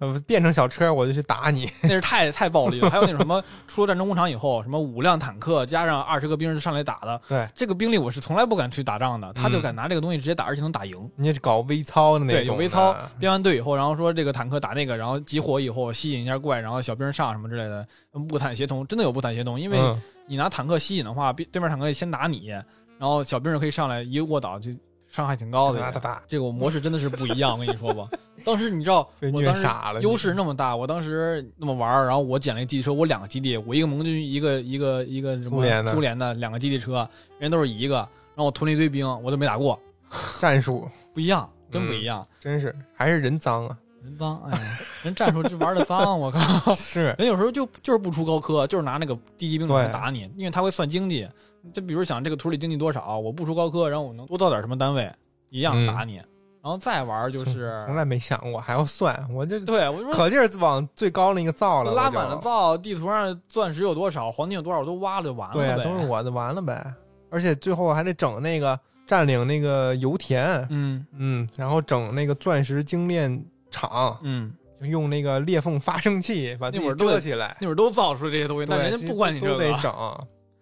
呃变成小车我就去打你，
那是太太暴力了。还有那种什么，出了战争工厂以后，什么五辆坦克加上二十个兵就上来打的。
对，嗯
这个兵力我是从来不敢去打仗的，他就敢拿这个东西直接打，而且能打赢。
你也是搞微操的那种
对，
的，
有微操，编完队以后，然后说这个坦克打那个，然后集火以后吸引一下怪，然后小兵上什么之类的，步坦协同，真的有步坦协同，因为
嗯
你拿坦克吸引的话，对对面坦克先打你，然后小兵就可以上来一个卧倒，就伤害挺高的。
哒哒哒，
这个模式真的是不一样，我跟你 说吧。当时你知道
被，
我
虐
当时
傻了，
优势那么大，我当时那么玩儿，然后我捡了一个基地车，我两个基地，我一个盟军，一个一个一个什么
苏联的
苏联的两个基地车，人家都是一个，然后我囤了一堆兵，我都没打过，
战术
不一样，真不
嗯
一样，
真是还是人脏 啊，
人脏，哎呀，人战术这玩的 脏，我靠，
是
人有时候就就是不出高科，就是拿那个低级兵种来
对
打你，因为他会算经济，就比如想这个图里经济多少，我不出高科，然后我能多造点什么单位，一样
嗯
打你，然后再玩儿就是，
从来没想过还要算，我这
对我就说
可劲儿往最高那个造了，
拉
我就
满了灶，地图上钻石有多少，黄金有多少，我都挖了就完了
对
呗。
啊，都是我的，完了呗。而且最后还得整那个占领那个油田，
嗯
嗯，然后整那个钻石精炼厂，
嗯，
就用那个裂缝发生器把自
那会
己
儿都得
遮起 来。
那会儿都造出这些东西，但
对
人
其
家
实
不管你这
都
个
得，整，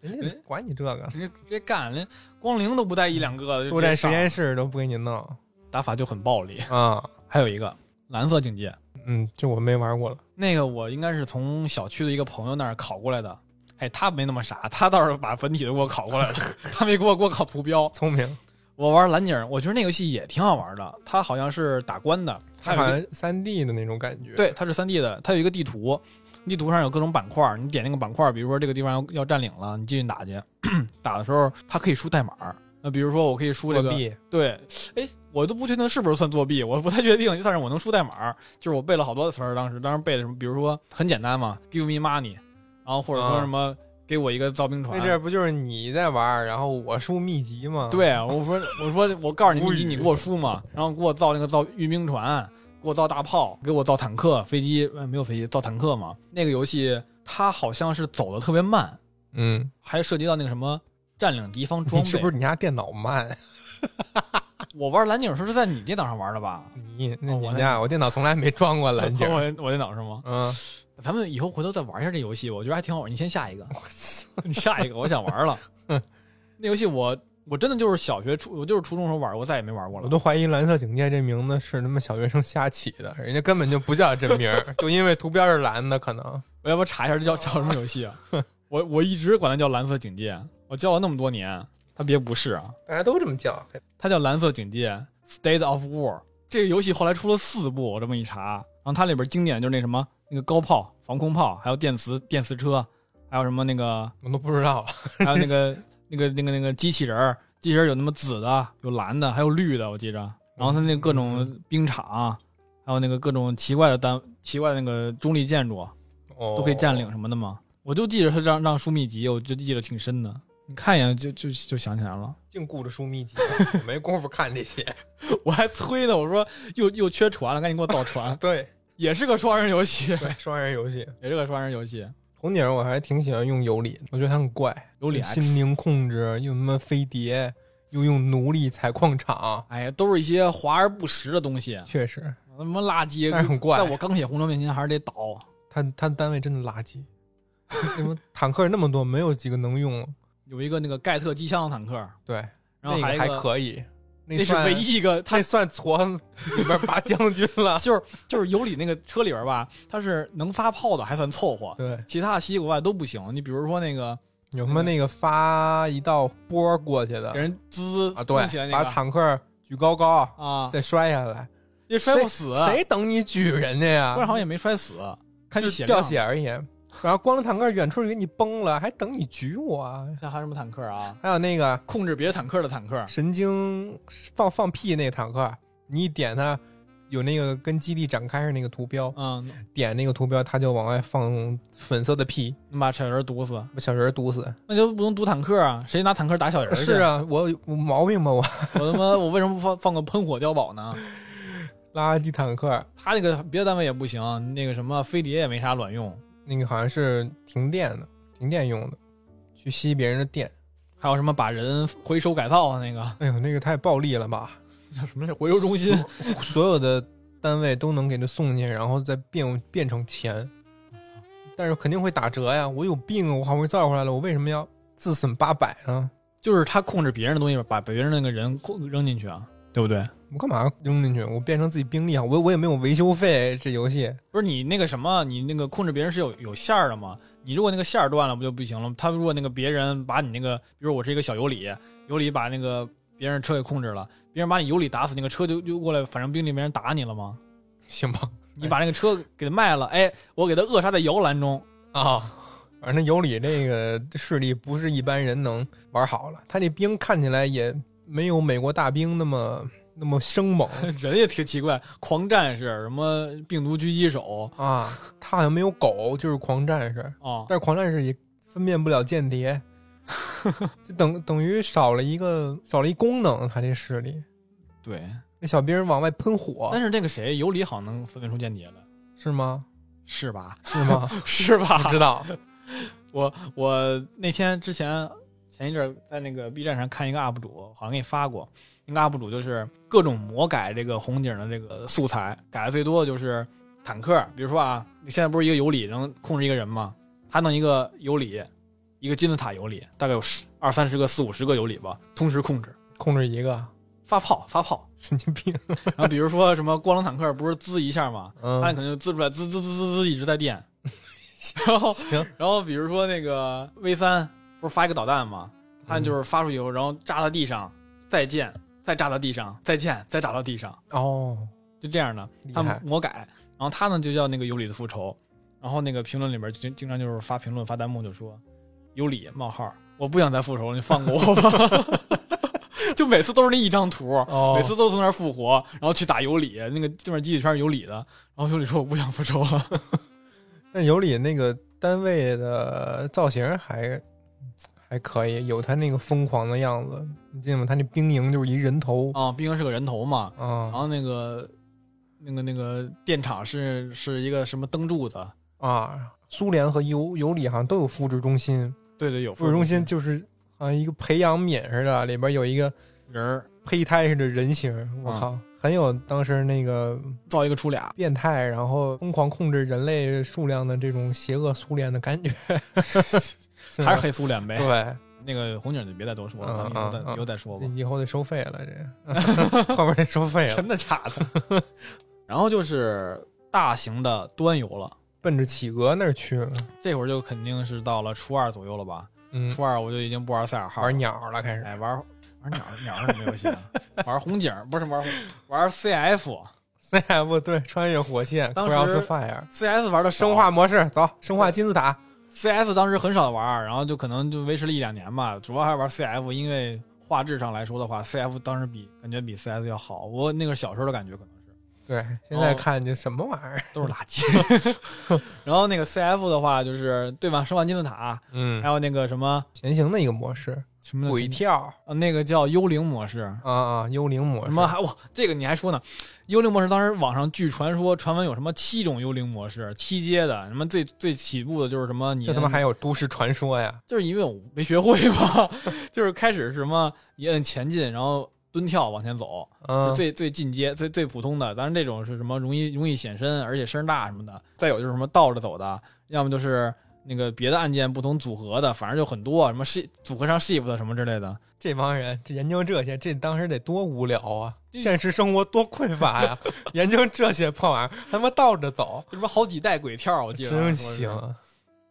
人家管你这 个。
人家直接干，人家光灵都不带一两个的。
作战实验室都不给你弄
打法就很暴力。
啊，
还有一个蓝色警戒，
嗯，这我没玩过了。
那个我应该是从小区的一个朋友那儿考过来的。哎，他没那么傻，他倒是把本体都给我考过来了，他没给我给我考图标。
聪明，
我玩蓝警，我觉得那游戏也挺好玩的。它好像是打关的，它
它
有一
好
个
像 三 D 的那种感觉。
对，它是三 D 的，它有一个地图，地图上有各种板块儿，你点那个板块儿，比如说这个地方要要占领了，你进去打去， 打的时候它可以输代码儿。那比如说我可以输这
作
个，
弊，
对，哎，我都不确定是不是算作弊，我不太确定，但是我能输代码儿，就是我背了好多词儿，当时当时背的什么，比如说很简单嘛，give me money，然后或者说
啊
什么、给我一个造兵船
那，阵儿不就是你在玩儿，然后我输秘籍吗？，
对，我说 我说我告诉你
啊无
秘籍，
语
你给我输嘛，然后给我造那个造运兵船，给我造大炮，给我造坦克、飞机，呃没有飞机，造坦克嘛。那个游戏它好像是走的特别慢，
嗯，
还涉及到那个什么占领敌方装
你
备。
是不是你家电脑慢？
我玩蓝警的时候是在你电脑上玩的吧？
你那
哦
你
我哦
家、我电脑从来没装过 蓝景
我，我电脑上吗？
嗯，
咱们以后回头再玩一下这游戏，我觉得还挺好玩。你先下一 个，你下一个，我想玩了。那游戏我我真的就是小学初，我就是初中时候玩，我再也没玩过了
我。都怀疑“蓝色警戒”这名字是他妈小学生瞎起的，人家根本就不叫这名儿，就因为图标是蓝的，可能
我要不查一下这叫叫什么游戏啊？ 我我一直管它叫蓝色警戒，我叫了那么多年，它别不是啊，
大家都这么叫。
它叫蓝色警戒 （State of War）。这个游戏后来出了四部，我这么一查，然后它里边经典就是那什么那个高炮、防空炮，还有电磁电磁车，还有什么那个
我都不知道了，
还有那个那个那个那个机器人儿，机器人儿有那么紫的，有蓝的，还有绿的，我记着。然后它那各种兵场，还有那个各种奇怪的单奇怪的那个中立建筑，
哦，
都可以占领什么的吗？我就记着他让让书秘籍，我就记得挺深的。你看一眼就就就想起来了，
净顾着书秘籍， 我没工夫看这些。。
我还催呢，我说又又缺船了，赶紧给我造船
对
也是个双人游戏，
对，双人游戏，
也是个双人游戏，
红警我还挺喜欢用尤里，我觉得他很怪，
有脸。
心灵控制，又他妈飞碟，又用奴隶采矿场，
哎呀，都是一些华而不实的东西，
确实，
他妈垃圾
但是很，怪
在我钢铁红牛面前还是得倒。
他他单位真的垃 圾，什么坦克那么多，没有几个能用。
有一个那个盖特机枪坦克，
对，
然后
那
还
个
有一
还
个
可以，那
那是
算
唯一一个他
那算矬里边拔将军了。
就是就是尤里那个车里边吧，它是能发炮的还算凑合，
对，
其他的稀奇古怪都不行。你比如说那个
有什么那个发一道波过去的
给人滋
啊？
蹦起来
对，
那
把
个
坦克举高高，
啊，
再摔下来，
也摔不死，
谁等你举人家呀？
不然好像也没摔死，看
就
血量
掉血。而已。然后光着坦克远处就给你崩了，还等你举我啊？
像还有什么坦克啊？
还有那个
控制别的坦克的坦克
神经放放屁那坦克，你一点它，有那个跟基地展开是那个图标，
嗯，
点那个图标它就往外放粉色的屁，
能把小人毒死，
把小人毒死。
那就不能毒坦克啊！谁拿坦克打小人去？
是，啊，我有我毛病吧我？
我他妈我为什么不放放个喷火碉堡呢？
垃圾坦克
他那个别的单位也不行，那个什么飞碟也没啥卵用，
那个好像是停电的，停电用的，去吸别人的电。
还有什么把人回收改造的那个
哎呦，那个太暴力了吧！
叫什么来着回收 中心，
所有的单位都能给他送进去，然后再变变成钱，但是肯定会打折呀。我有病，我好不容易造出来了，我为什么要自损八百呢？
就是他控制别人的东西，把别人那个人控扔进去啊，对不对？
我干嘛扔进去？我变成自己兵力啊！我我也没有维修费，这游戏
不是你那个什么，你那个控制别人是有有线儿的嘛？你如果那个线儿断了，不就不行了吗？他如果那个别人把你那个，比如我是一个小尤里，尤里把那个别人车给控制了，别人把你尤里打死，那个车就就过来，反正兵力没人打你了吗？
行吧？
你把那个车给他卖了，哎，我给他扼杀在摇篮中，
啊，反正尤里这个势力不是一般人能玩好了。他这兵看起来也没有美国大兵那么那么生猛
人也挺奇怪，狂战士什么病毒狙击手
啊，他好像没有狗，就是狂战士，
啊，
但是狂战士也分辨不了间谍，就等等于少了一个少了一功能，他这势力。
对。
那小兵往外喷火
但是那个谁，尤里好像能分辨出间谍来，
是吗？
是吧？
是吗？
是吧？
不知道，
我我那天之前前一阵儿在那个 B 站上看一个 UP 主，好像给你发过，那个 UP 主就是各种魔改这个红警的这个素材，改的最多的就是坦克，比如说啊，你现在不是一个尤里能控制一个人吗？他弄一个尤里，一个金字塔尤里，大概有十二三十个、四五十个尤里吧，同时控制
控制一个
发炮发炮，
神经病。
然后比如说什么光棱坦克不是滋一下吗？
嗯
他可能就滋出来，滋滋滋滋滋一直 在电。然后
行，
然后比如说那个 V 三不是发一个导弹吗？它就是发出去以后，然后炸到地上，再见，再炸到地上，再见，再炸到地上，
哦，
就这样的
厉。
他
害
们魔改，然后他呢就叫那个尤里的复仇。然后那个评论里边经经常就是发评论发弹幕就说尤里冒号，我不想再复仇了，你放过我 吧。 就每次都是那一张图，
哦
每次都从那儿复活，然后去打尤里，那个对面集体圈是尤里的，然后尤里说我不想复仇了。
但尤里那个单位的造型还还可以，有他那个疯狂的样子。你记得吗？他那兵营就是一人 头
啊，毕竟是个人头嘛。然
啊
后那个那个那个电厂是是一个什么灯柱子，
啊！苏联和尤尤里好像都有复制中心，
对对，有
复制中心就是好像一个培养皿似的，里边有一个
人儿
胚胎似的人形。我靠，很有当时那个
造一个出俩，
变态，然后疯狂控制人类数量的这种邪恶苏联的感 觉，
还是黑苏联呗。
对。
那个红警就别再多说了，
嗯
咱们以后再
嗯嗯
以后再说
这
吧。
以后得收费了，这 后面得收费了
真。的假的？ 然后就是大型的端游了，
奔着企鹅那儿去了，
这会儿就肯定是到了初二左右了吧？
嗯，
初二我就已经不玩赛尔号了
玩，鸟了开始。
哎，玩玩鸟鸟是什么游戏啊？玩红警不是玩红玩 CF。
CF 哎对，穿越火线
哎当时
，Cross Fire，
CS 玩的
生化模式，走，生化金字塔。
CS 当时很少玩儿，然后就可能就维持了一两年吧，主要还是玩 CF，因为画质上来说的话，CF 当时比感觉比 CS 要好。我那个小时候的感觉可能是
对，现
哦
在看这什么玩意儿？
都是垃 圾。然后那个 CF 的话，就是对吧？生化金字塔，
嗯
还，有那个什么
前行的一个模式，
什么的
鬼跳
呃那个叫幽灵模式。
啊啊，幽灵模
什么
式，
还哇？这个你还说呢？幽灵模式当时网上据传说，传闻有什么七种幽灵模式，七阶的。什么最最起步的就是什么你
这他妈还有都市传说 呀？
就是因为我没学会嘛， 就是开始是什么你摁前进，然后蹲跳往前走，
嗯
是，最最进阶、最最普通的。当然这种是什么容易容易显身，而且声大什么的。再有就是什么倒着走的，要么就是那个别的按键不同组合的，反正就很多，什么 shift 组合上 shift 什么之类的。
这帮人这研究这些，这当时得多无聊啊！
这
现实生活多匮乏 呀、研究这些破玩意儿，他妈倒着走，
什么好几代鬼跳，我记得
真
说是
行。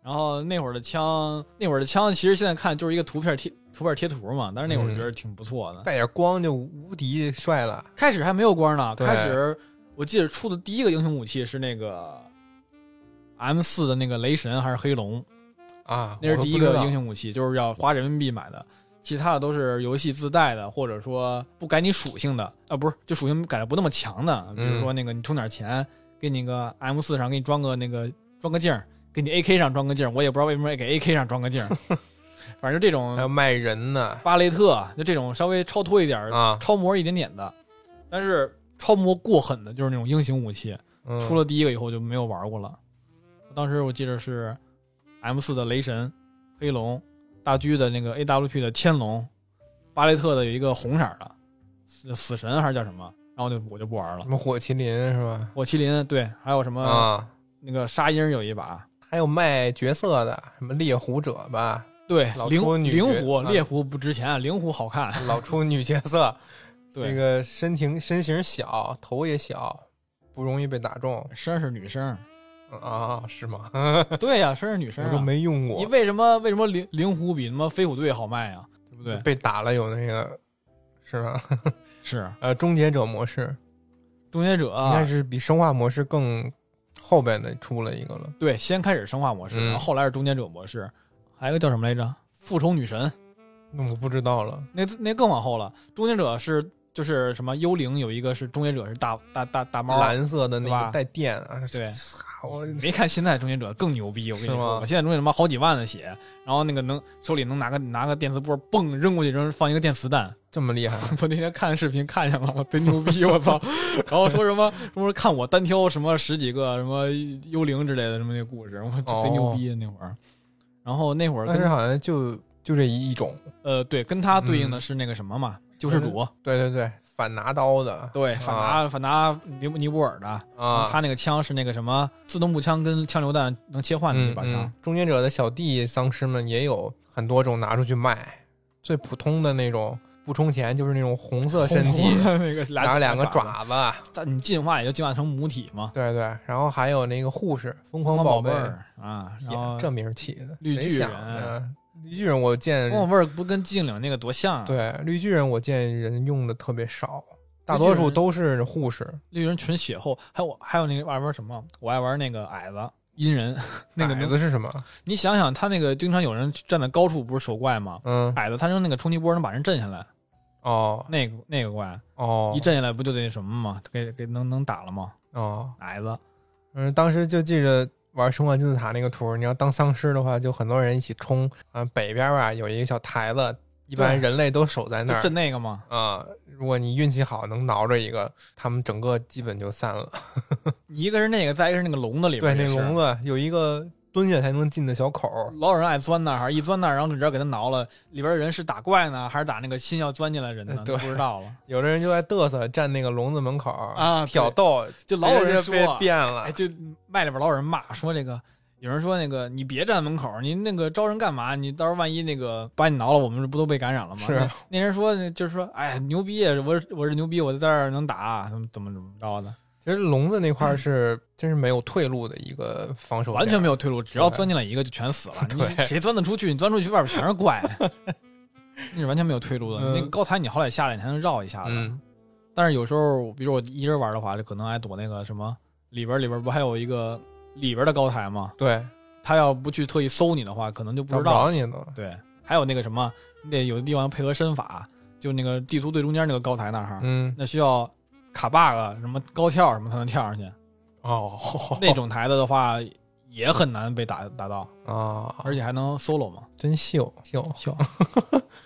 然后那会儿的枪，那会儿的枪其实现在看就是一个图片贴图片贴图嘛，但是那会儿
嗯
觉得挺不错的。
带点光就无敌帅了。
开始还没有光呢，
对
开始我记得出的第一个英雄武器是那个 M 四的那个雷神还是黑龙，
啊，
那是
我都
第一
不知
个
道
英雄武器，就是要花人民币买的，其他的都是游戏自带的，或者说不改你属性的，啊，不是，就属性改的不那么强的，比
嗯
如说那个你充点钱，给你个 M 四上给你装个那个装个镜儿，给你 AK 上装个镜儿，我也不知道为什么给 AK 上装个镜 儿，反正就这
还
种
有卖人呢
巴雷特啊就这种稍微超脱一点儿、
啊，
超模一点点的，但是超模过狠的就是那种英雄武器，
嗯
出了第一个以后就没有玩过了。当时我记得是 M 四的雷神、黑龙、大狙的那个 AWP 的天龙、巴雷特的有一个红色儿的死死神还是叫什么，然后就我就不玩了
什。么火麒麟是吧？
火麒麟对，还有什么、
啊，
那个沙鹰有一把，
还有卖角色的，什么猎狐者 吧，
对
老
灵
出女
灵
角
狐
啊
猎狐不值钱，灵狐好看。
老出女角色，
对，
那个身形身形小，头也小，不容易被打中
身是女生，
嗯啊？是 吗？
对呀、身是女生、
我
啊。
都没用过
你，为什么为什么灵灵狐比他妈飞虎队好卖啊呀、对不对？
被打了有那个是吧？
是
呃，终结者模式
终结者啊
应该是比生化模式更后边的出了一个了，
对，先开始生化模式，
嗯
然后后来是终结者模式，还有一个叫什么来着？复仇女神，
那我不知道了。
那那更往后了。终结者是就是什么幽灵有一个是终结者是大大大大猫，
蓝色的那
对吧
个带电啊，
对
操，我
你没看现在终结者更牛逼，我跟你
是吗
说，我现在终结者他妈好几万的血，然后那个能手里能拿个拿个电磁波嘣扔过去，扔放一个电磁弹。
这么厉害，
我那天看视频看见了，我贼牛逼，我操！ 然后说什么说看我单挑什么十几个什么幽灵之类的什么那故事，我贼牛逼那会儿。然后那会儿
哦
跟
但是好像就就这一一种，
呃，对，跟他对
嗯
应的是那个什么嘛，救世主，
对对对，反拿刀的，
对，反拿、反拿尼尼泊尔的，
啊，
他那个枪是那个什么自动步枪跟枪榴弹能切换的那把枪，
嗯嗯终结者的小弟丧尸们也有很多种拿出去卖，最普通的那种不充钱，就是那种红色身体，
红红的那个
嗯拿着两个
爪子，
爪子，
但你进化也就进化成母体嘛，
对对，然后还有那个护士，疯狂
光
宝
贝
贝，
儿啊，然后
也这名儿起的，
绿
谁
巨
想
人啊
的？绿巨人我见
光宝贝儿不跟寂静岭那个多像啊？，
对绿巨人我见人用的特别少，大多数都是护士，
绿人纯血后，还有我还有那个爱玩什么，我爱玩那个矮子。阴人， 那个
矮
能
子是什么？
你想想，他那个经常有人站在高处，不是手怪吗？
嗯，
矮子他扔那个冲击波能把人震下来，
哦
那个那个怪，
哦，
一震下来不就得什么吗？给给能能打了吗？
哦，
矮子，
嗯，当时就记着玩《生化金字塔》那个图，你要当丧尸的话，就很多人一起冲。啊，北边吧有一个小台子，一般人类都守在那
就
儿
震那个吗？
啊、如果你运气好，能挠着一个，他们整个基本就散了。
你一个是那个，再一个是那个笼子里
对，
边。
那笼
子，
子有一个蹲下才能进的小口儿，
老有人爱钻那儿，一钻那儿，然后你知道给他挠了，里边人是打怪呢，还是打那个心要钻进来人呢？
呃对
都不知道了
有的人就在嘚瑟站那个笼子门口儿
啊！
挑
对，
逗，
就老有人
直接被
说，
变了。
哎，就麦里边老有人骂说这个。有人说那个你别站门口，你那个招人干嘛？你到时候万一那个把你挠了，我们不都被感染了吗？
是啊
那那人说就是说，哎，牛逼，我是我是牛逼，我在这儿能打，怎么怎么怎么着的。
其实笼子那块儿是真是没有退路的一个防守点，
完全没有退路，只要
对啊
钻进来一个就全死了。你
对
谁钻得出去？你钻出去外边全是怪， 那是完全没有退路的。
嗯
那高台你好歹下来你还能绕一下子，
嗯
但是有时候，比如我一人玩的话，就可能还躲那个什么里边里边不还有一个里边的高台吗？
对，
他要不去特意搜你的话，可能就不
找
知
不
道。啊
着你呢。
对，还有那个什么，你得有的地方配合身法，就那个地图最中间那个高台那儿哈，
嗯，
那需要卡 bug 什么高跳什么才能跳上去。
哦，
那种台子的话也很难被打打到。
啊，
而且还能 solo 嘛。
真秀秀
秀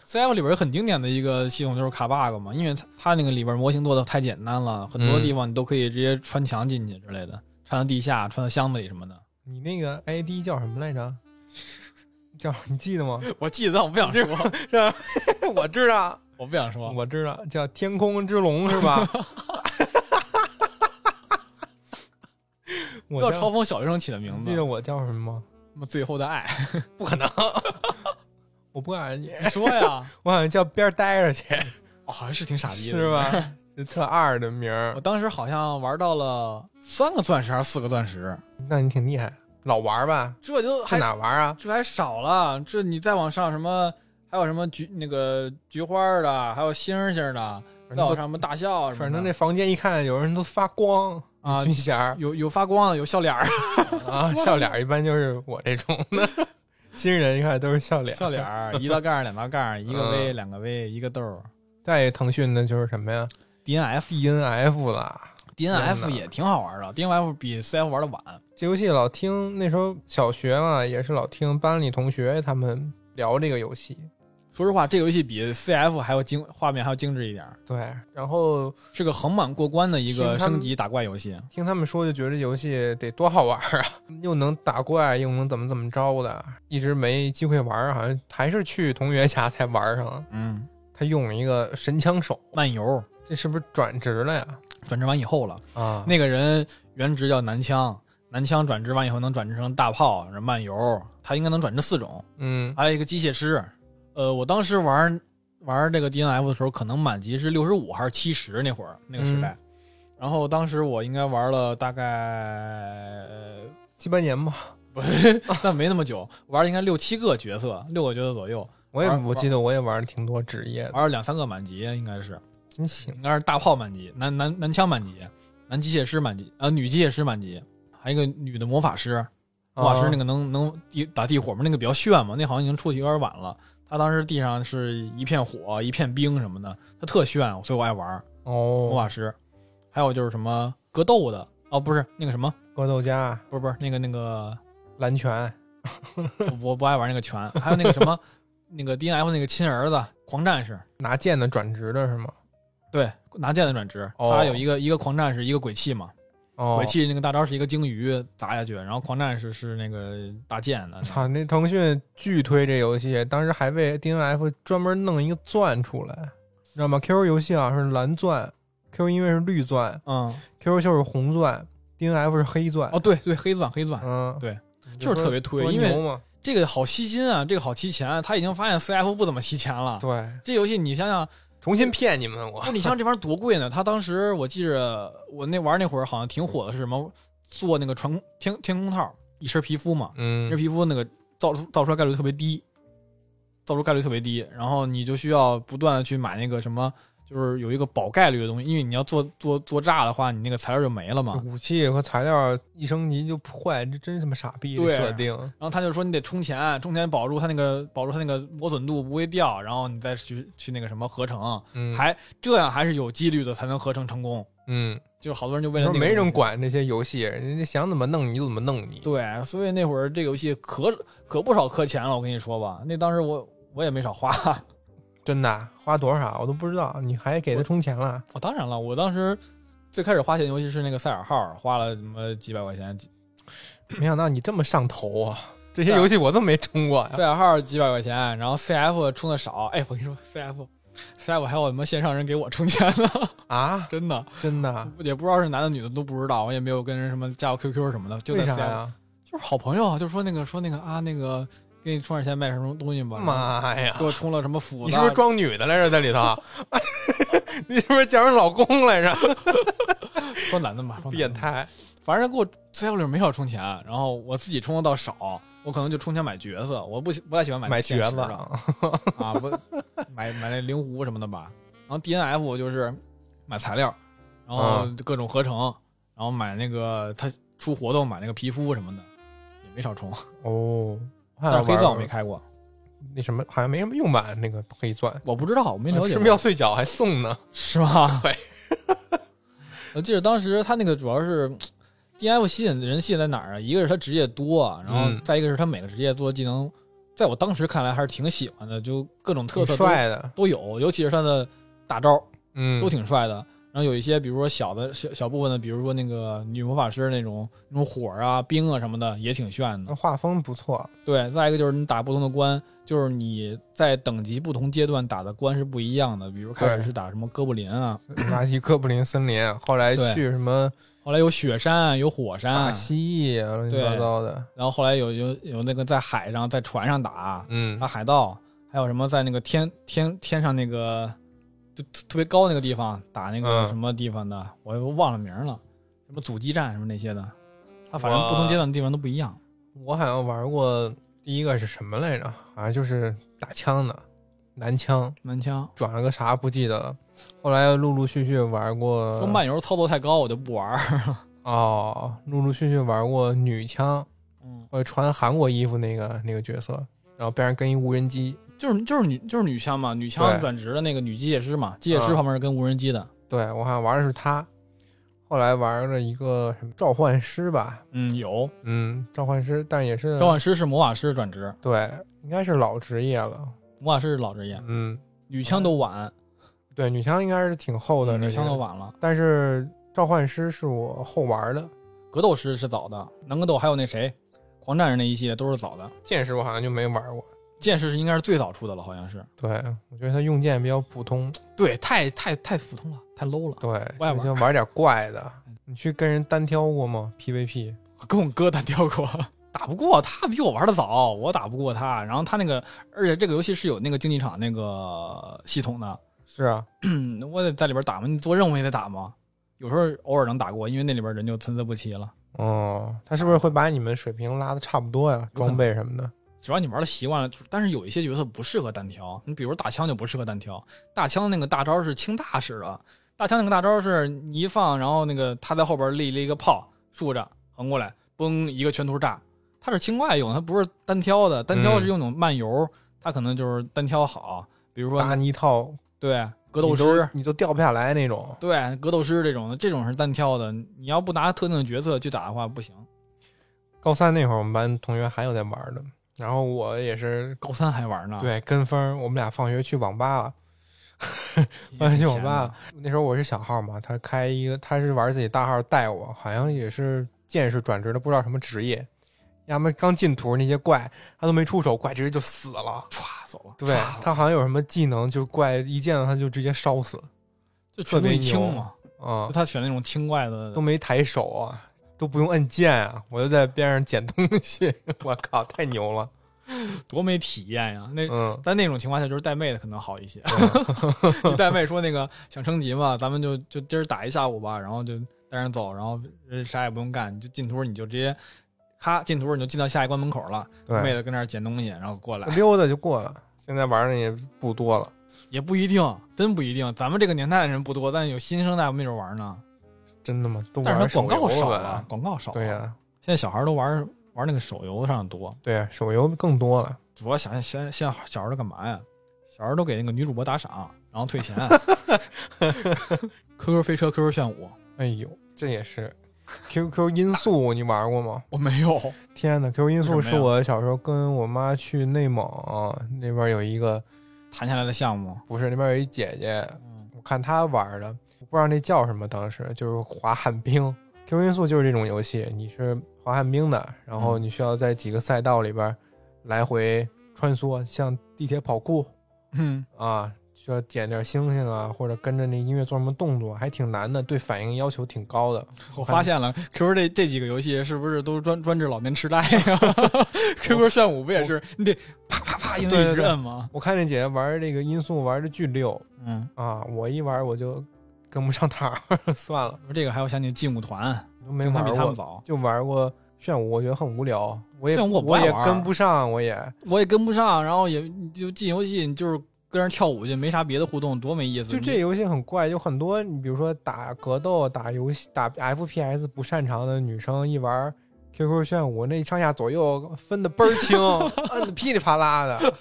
CF 里边有很经典的一个系统就是卡 bug 嘛，因为它它那个里边模型做的太简单了，很
嗯
多地方你都可以直接穿墙进去之类的，穿到地下，穿到箱子里什么的。
你那个 ID 叫什么来着？ 叫你记得吗？
我记得，但我不想说，
我知道，
我不想说。
我知道，叫天空之龙是吧？
不
我
要
叫
嘲讽小学生起的名
你记得
字，
我叫什么吗？
那么最后的爱，
不可能，我不敢你，
你说 呀，
我好像叫边儿待着去，
哦，好像是挺傻逼的，
是？吧？这特二的名儿
我，当时好像玩到了三个钻石还是四个钻石，
那你挺厉害，老玩儿吧？
这就
在
还
哪玩儿啊？
这还少了，这你再往上什么还有什么菊那个菊花儿的，还有星星的，
反
再
正
往
都
上什么大象什么的，
反正那房间一看，有人都发光
啊
军衔儿
有有发光的，有笑脸儿，
啊，笑脸儿一般就是我这种的，新人一看都是笑脸，
笑脸。儿，嗯一道杠儿两道杠儿，一个 V 两个 V 一个豆儿
再腾讯的就是什么呀
，DNF
？DNF 了。
DNF
天哪
也挺好玩的，DNF 比 CF 玩的晚，
这游戏老听那时候小学嘛，也是老听班里同学他们聊这个游戏。
说实话，这游戏比 CF 还要精，画面还要精致一点儿，
对，然后
是个横版过关的一个
听他们
升级打怪游戏。
听他们说就觉得这游戏得多好玩儿啊，又能打怪，又能怎么怎么着的，一直没机会玩儿，好像还是去同学家才玩儿上了。
嗯，
他用一个神枪手，
漫游
这是不是转职了呀？
转职完以后了，
啊，
那个人原职叫男枪，男枪转职完以后能转职成大炮、然后漫游，他应该能转职四种，
嗯，
还有一个机械师。呃，我当时玩玩这个 DNF 的时候，可能满级是六十五还是七十那会儿那个时代。然后当时我应该玩了大概，呃
七八年吧，
但没那么久，玩了应该六七个角色，六个角色左右，
我也
玩
我记得我也玩的挺多职业的，
玩了两三个满级，应该是。
真行。
应该是大炮满级，男男男枪满级，男机械师满级，啊、女机械师满级，还有一个女的魔法师，魔法师
个
那个能能地打地火吗？那个比较炫嘛，那好像已经出去有点晚了。他当时地上是一片火，一片冰什么的，他特炫，所以我爱玩魔
哦，
法师。还有就是什么格斗的，哦，不是那个什么，
格斗家、
不是不是那个那个，
蓝拳，
我我不爱玩那个拳，还有那个什么，那个 D N F 那个亲儿子狂战士，
拿剑的转职的是吗？
对，拿剑的转职，
哦
他有一个一个狂战士，一个鬼泣嘛，
哦，
鬼泣那个大招是一个鲸鱼砸下去，然后狂战士是那个大剑的。
操！那腾讯巨推这游戏，当时还为 DNF 专门弄一个钻出来，你知道吗？QQ 游戏啊是蓝钻，QQ 音乐是绿钻
嗯，
，QQ 秀是红钻，DNF 是黑钻。
哦，对对，黑钻黑钻，
嗯，
对
你
就
说，
是特别推
多
因为
牛嘛
这个好吸金啊，这个好吸钱。他已经发现 CF 不怎么吸钱了。
对，
这游戏你想想，
重新骗你们我
物理箱这玩意儿多贵呢？他当时我记着我那玩那会儿好像挺火的是什么？做那个传空天天空套，一身皮肤嘛，一身
嗯
皮肤那个造出造出来概率特别低，造出概率特别低。然后你就需要不断的去买那个什么，就是有一个保概率的东西，因为你要做做做炸的话，你那个材料就没了嘛
这。武器和材料一升级就坏，这真他妈傻逼的
对
设定。
然后他就说你得充钱，充钱保住它那个保住它那个磨损度不会掉，然后你再去去那个什么合成，
嗯，
还这样还是有几率的才能合成成功。
嗯，
就好多人就为
你
了
说
那个
没人
东西
管这些游戏，人家想怎么弄你就怎么弄你。
对，所以那会儿这个游戏可可不少磕钱了，我跟你说吧，那当时我我也没少花。
真的啊花多少我都不知道，你还给他充钱了？
哦，当然了，我当时最开始花钱游戏是那个塞尔号，花了什么几百块钱，几
没想到你这么上头啊！这些
对啊
游戏我都没充过呀。
塞尔号几百块钱，然后 CF 充的少，哎，我跟你说 CF。CF 还有什么线上人给我充钱呢？
啊，
真的，
真的啊？
也不知道是男的女的都不知道，我也没有跟人什么加过 QQ 什么的， 就在
为啥
CF，、
呀？
就是好朋友啊，就说那个说那个啊那个给你充点钱买什么东西吧，
妈呀
给！我充了什么斧子，
你是不是装女的来着在里头？啊 你是不是叫人老公来着？
说男的嘛？说男的
变，态！
反正给我 CF 里没少充钱，然后我自己充的倒少，我可能就充钱买角色，我不喜不太喜欢买
买
现实
瘸
的
子啊！
啊，不买买那灵狐什么的吧，然后 DNF 我就是买材料，然后
嗯
各种合成，然后买那个他出活动买那个皮肤什么的，也没少充，
哦，我好
但
像
是黑
玩
钻我
过
没开过。
那什么，好像没什么用吧？那个黑钻啊
我不知道，我没了解
吃
过。
妙碎角还送呢。
是 吗？
对。
我记得当时他那个主要是 DF 吸引人吸引在哪儿啊？一个是他职业多，然后
嗯
再一个是他每个职业做的技能，在我当时看来还是挺喜欢的，就各种特
挺
色都
帅的，
都有，尤其是他的大招
嗯，
都挺帅的。然后有一些，比如说小的小小部分的，比如说那个女魔法师那种那种火啊、冰啊什么的，也挺炫的。
画风不错。
对，再一个就是你打不同的关，就是你在等级不同阶段打的关是不一样的。比如开始
对
是打什么哥布林啊，
垃圾哥布林森林，后来
对
去什么
后来有雪山，有火
打
山，
蜥蜴啊，乱七八糟的，
然后后来有有有那个在海上在船上打
嗯
打海盗，还有什么在那个天天天上那个就特特别高那个地方打那个
嗯
什么地方的，我又忘了名儿了，什么阻击战什么那些的，它反正
哇
不同阶段的地方都不一样。
我好像玩过第一个是什么来着？好像就是打枪的，男枪，
南枪
转了个啥不记得了。后来又陆陆续续玩过
说漫游操作太高，我就不玩儿。
哦，陆陆续续玩过女枪，
嗯，
或者穿韩国衣服那个那个角色，然后边上跟一无人机，
就是就是女就是女枪嘛，女枪
对
转职的那个女机械师嘛，机械师
嗯
旁边是跟无人机的，
对我好像玩的是她。后来玩了一个什么召唤师吧，
嗯，有
嗯，召唤师，但也是
召唤师是魔法师转职，
对，应该是老职业了，
魔法师是老职业，
嗯，
女枪都晚，
对，女枪应该是挺厚的，
嗯
这
女枪
个
都晚了。
但是召唤师是我后玩的，
格斗师是早的，男格斗还有那谁，狂战士那一系列都是早的。
剑士我好像就没玩过。
剑士是应该是最早出的了，好像是。
对，我觉得他用剑比较普通，
对，太太太普通了，太 low 了。
对，
我也玩
就想玩点怪 的。你去跟人单挑过吗？PVP
我跟我哥单挑 过，打不过他，比我玩的早，我打不过他。然后他那个，而且这个游戏是有那个竞技场那个系统的，
是啊，
嗯，我得在里边打嘛，你做任务也得打嘛。有时候偶尔能打过，因为那里边人就参差不齐了。
哦，他是不是会把你们水平拉的差不多呀？
有可能
装备什么的，
只要你玩的习惯了，但是有一些角色不适合单挑。你比如大枪就不适合单挑，大枪那个大招是清大使的，大枪那个大招是你一放，然后那个他在后边立了一个炮，竖着横过来，嘣一个全图炸。他是清怪用，他不是单挑的，单
嗯
挑是用那种漫游，他可能就是单挑好，比如
打
说
你一套
对格斗
你都
师，
你都掉不下来那种。
对格斗师这种的，这种是单挑的。你要不拿特定的角色去打的话，不行。
高三那会儿，我们班同学还有在玩的，然后我也是
高三还玩呢，，
对跟风，我们俩放学去网吧了。 放学去网吧，哎那时候我是小号嘛，他开一个，他是玩自己大号带我，好像也是剑士转职的，不知道什么职业。要么刚进图那些怪，他都没出手，怪直接就死了。
歘走了。
对
唰走了
他好像有什么技能，就怪一见到他就直接烧死，
就
特
全都
别
一清
牛
嘛。
啊、
就他选那种轻怪的
都，没抬手啊，都不用按键啊，我就在边上捡东西。 我靠，太牛了！
多没体验呀！那
嗯，
但那种情况下，就是带妹的可能好一 些。 你带妹说那个想升级嘛，咱们就就今儿打一下午吧，然后就带人走，然后呃啥也不用干，你就进图，你就直接咔进图，你就进到下一关门口了。妹
对，
子跟那儿捡东西，然后过来，
溜达就过了。现在玩的也不多了，
也不一定，真不一定。咱们这个年代的人不多，但有新生代没准玩呢。
真的吗？都
但
玩
是他
手
广告
游
少
了
啊
吧，？
广告少。
对呀、
现在小孩都玩玩那个手游上的多。
对呀、手游更多了。
主要想想现现在小孩都干嘛呀？小孩都给那个女主播打赏，然后退 钱。QQ 飞车、QQ 炫舞，
哎呦，这也是 QQ 音速，你玩过吗？
我没有。
天哪，QQ 音速
为什
是
么呀
我小时候跟我妈去内蒙那边有一个，
谈下来的项目，
不是那边有一姐姐，
嗯，
我看她玩的，我不知道那叫什么，当时就是滑旱冰。QQ 音速就是这种游戏，你是滑旱冰的，然后
嗯
你需要在几个赛道里边来回穿梭，像地铁跑酷
嗯
啊，需要捡点星星啊，或者跟着那音乐做什么动作，还挺难的，对反应要求挺高的。
我发现了，QQ 这这几个游戏是不是都专专治老年 痴呆呀？QQ 炫舞不也是你得啪啪啪用
对
那
对
一直
对
摁吗？
我看那姐姐玩这个音速玩的巨溜
嗯，
啊，我一玩我就跟不上趟儿， 算了，
这个还有想起劲舞团，
都没
劲舞团
玩
比他们
过，
早，
就玩过炫舞，我觉得很无聊，我也
炫舞我不
我
爱
也
玩
跟不上，我也
我也跟不上，然后也你就进游戏，你就是跟人跳舞去，没啥别的互动，多没意思。
就这游戏很怪，有很多你比如说打格斗、打游戏、打 FPS 不擅长的女生一玩。QQ 炫舞那上下左右分的倍儿 清，摁的噼里啪啦的，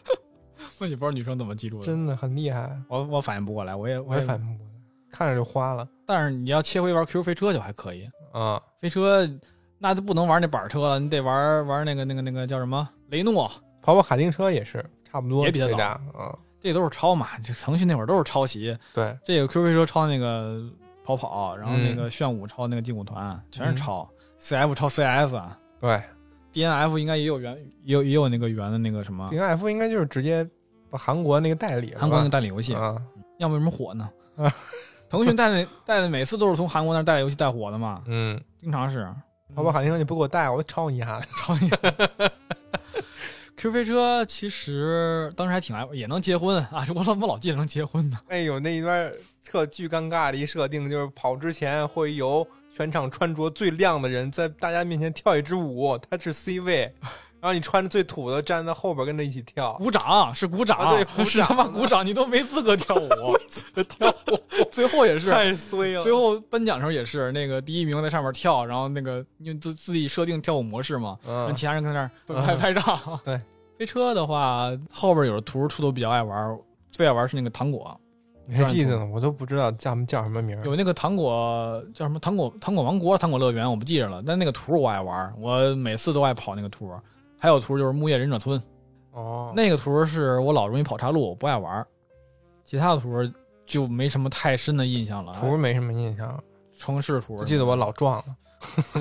那你不知道女生怎么记住的？
真的很厉害。
我我反应不过来，我也
我
我
也
也
反驳了，看着就花了
但是你要切回玩 QQ 飞车就还可以，
啊、
飞车那就不能玩那板车了，你得玩玩那个那个那个叫什么雷诺，
跑跑卡丁车也是差不多，
也比他早
啊、嗯
这都是抄嘛，这腾讯那会儿都是抄袭，
对，
这个 QQ 飞车抄那个跑跑，然后
嗯
那个炫舞抄那个劲舞团，全是抄、CF 抄啊 CS，DNF
对
应该也有原也有也有那个原的那个什么
零 F 应该啊就是直接把韩国那个代理了吧，
韩国那个代理游戏，
啊，
要么为什么火呢？腾讯带的带的每次都是从韩国那儿带游戏带火的嘛，
嗯，
经常是。
跑跑卡丁车你不给我带，我抄你一下。
超你。Q 飞车其实当时还挺来，也能结婚啊！我怎么老记得能结婚呢？
哎呦，那一段特巨尴尬的一设定，就是跑之前会由全场穿着最亮的人在大家面前跳一支舞，他是 C 位，然后你穿着最土的站在后边跟着一起跳，
鼓掌是鼓掌，
啊对鼓掌
是他妈鼓掌，你都没资格 跳舞，没资格跳舞。最后也 是，
太衰了。
最后颁奖的时候也是，那个第一名在上面跳，然后那个因为自自己设定跳舞模式嘛，让
嗯，
其他人跟那儿
嗯
拍拍照。
对，
飞车的话，后边有的图出都比较爱玩，最爱玩是那个糖果，
你还记得呢？我都不知道叫什么叫什么名儿。哦
有那个糖果叫什么糖果糖果王国、糖果乐园，我不记着了。但那个图我爱玩，我每次都爱跑那个图。还有图就是木叶忍者村，
哦，
那个图是我老容易跑岔路，我不爱玩。其他的图就没什么太深的印象了。哎
图没什么印象了，
城市图
我，记得我老撞了，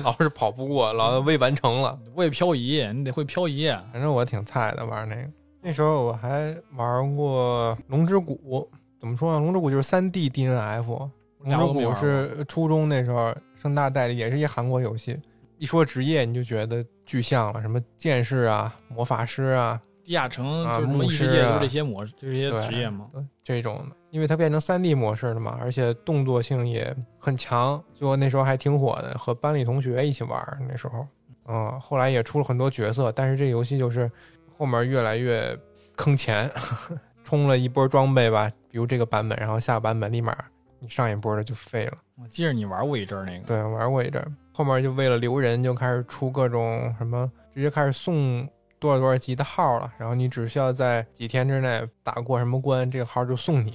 老是跑不过，老未完成了。
会漂移，你得会漂移。啊
反正我挺菜的玩那个。那时候我还玩过《龙之谷》，怎么说呢？《龙之谷》就是三 D D N F，《龙
俩
之
我都没
谷
玩》过
是初中那时候盛大代理，也是一韩国游戏。一说职业，你就觉得具象了，什么剑士啊、魔法师啊
地下城
啊
就是什么异世
牧师
界，
啊
就是这些模，就是这
对
些职业嘛。
这种的，因为它变成三 D 模式了嘛，而且动作性也很强，就那时候还挺火的，和班里同学一起玩儿那时候。嗯，后来也出了很多角色，但是这游戏就是后面越来越坑钱， 充了一波装备吧，比如这个版本，然后下个版本立马你上一波的就废了。
我记着你玩过一阵儿那个，
对，玩过一阵儿，后面就为了留人，就开始出各种什么，直接开始送多少多少级的号了，然后你只需要在几天之内打过什么关，这个号就送你，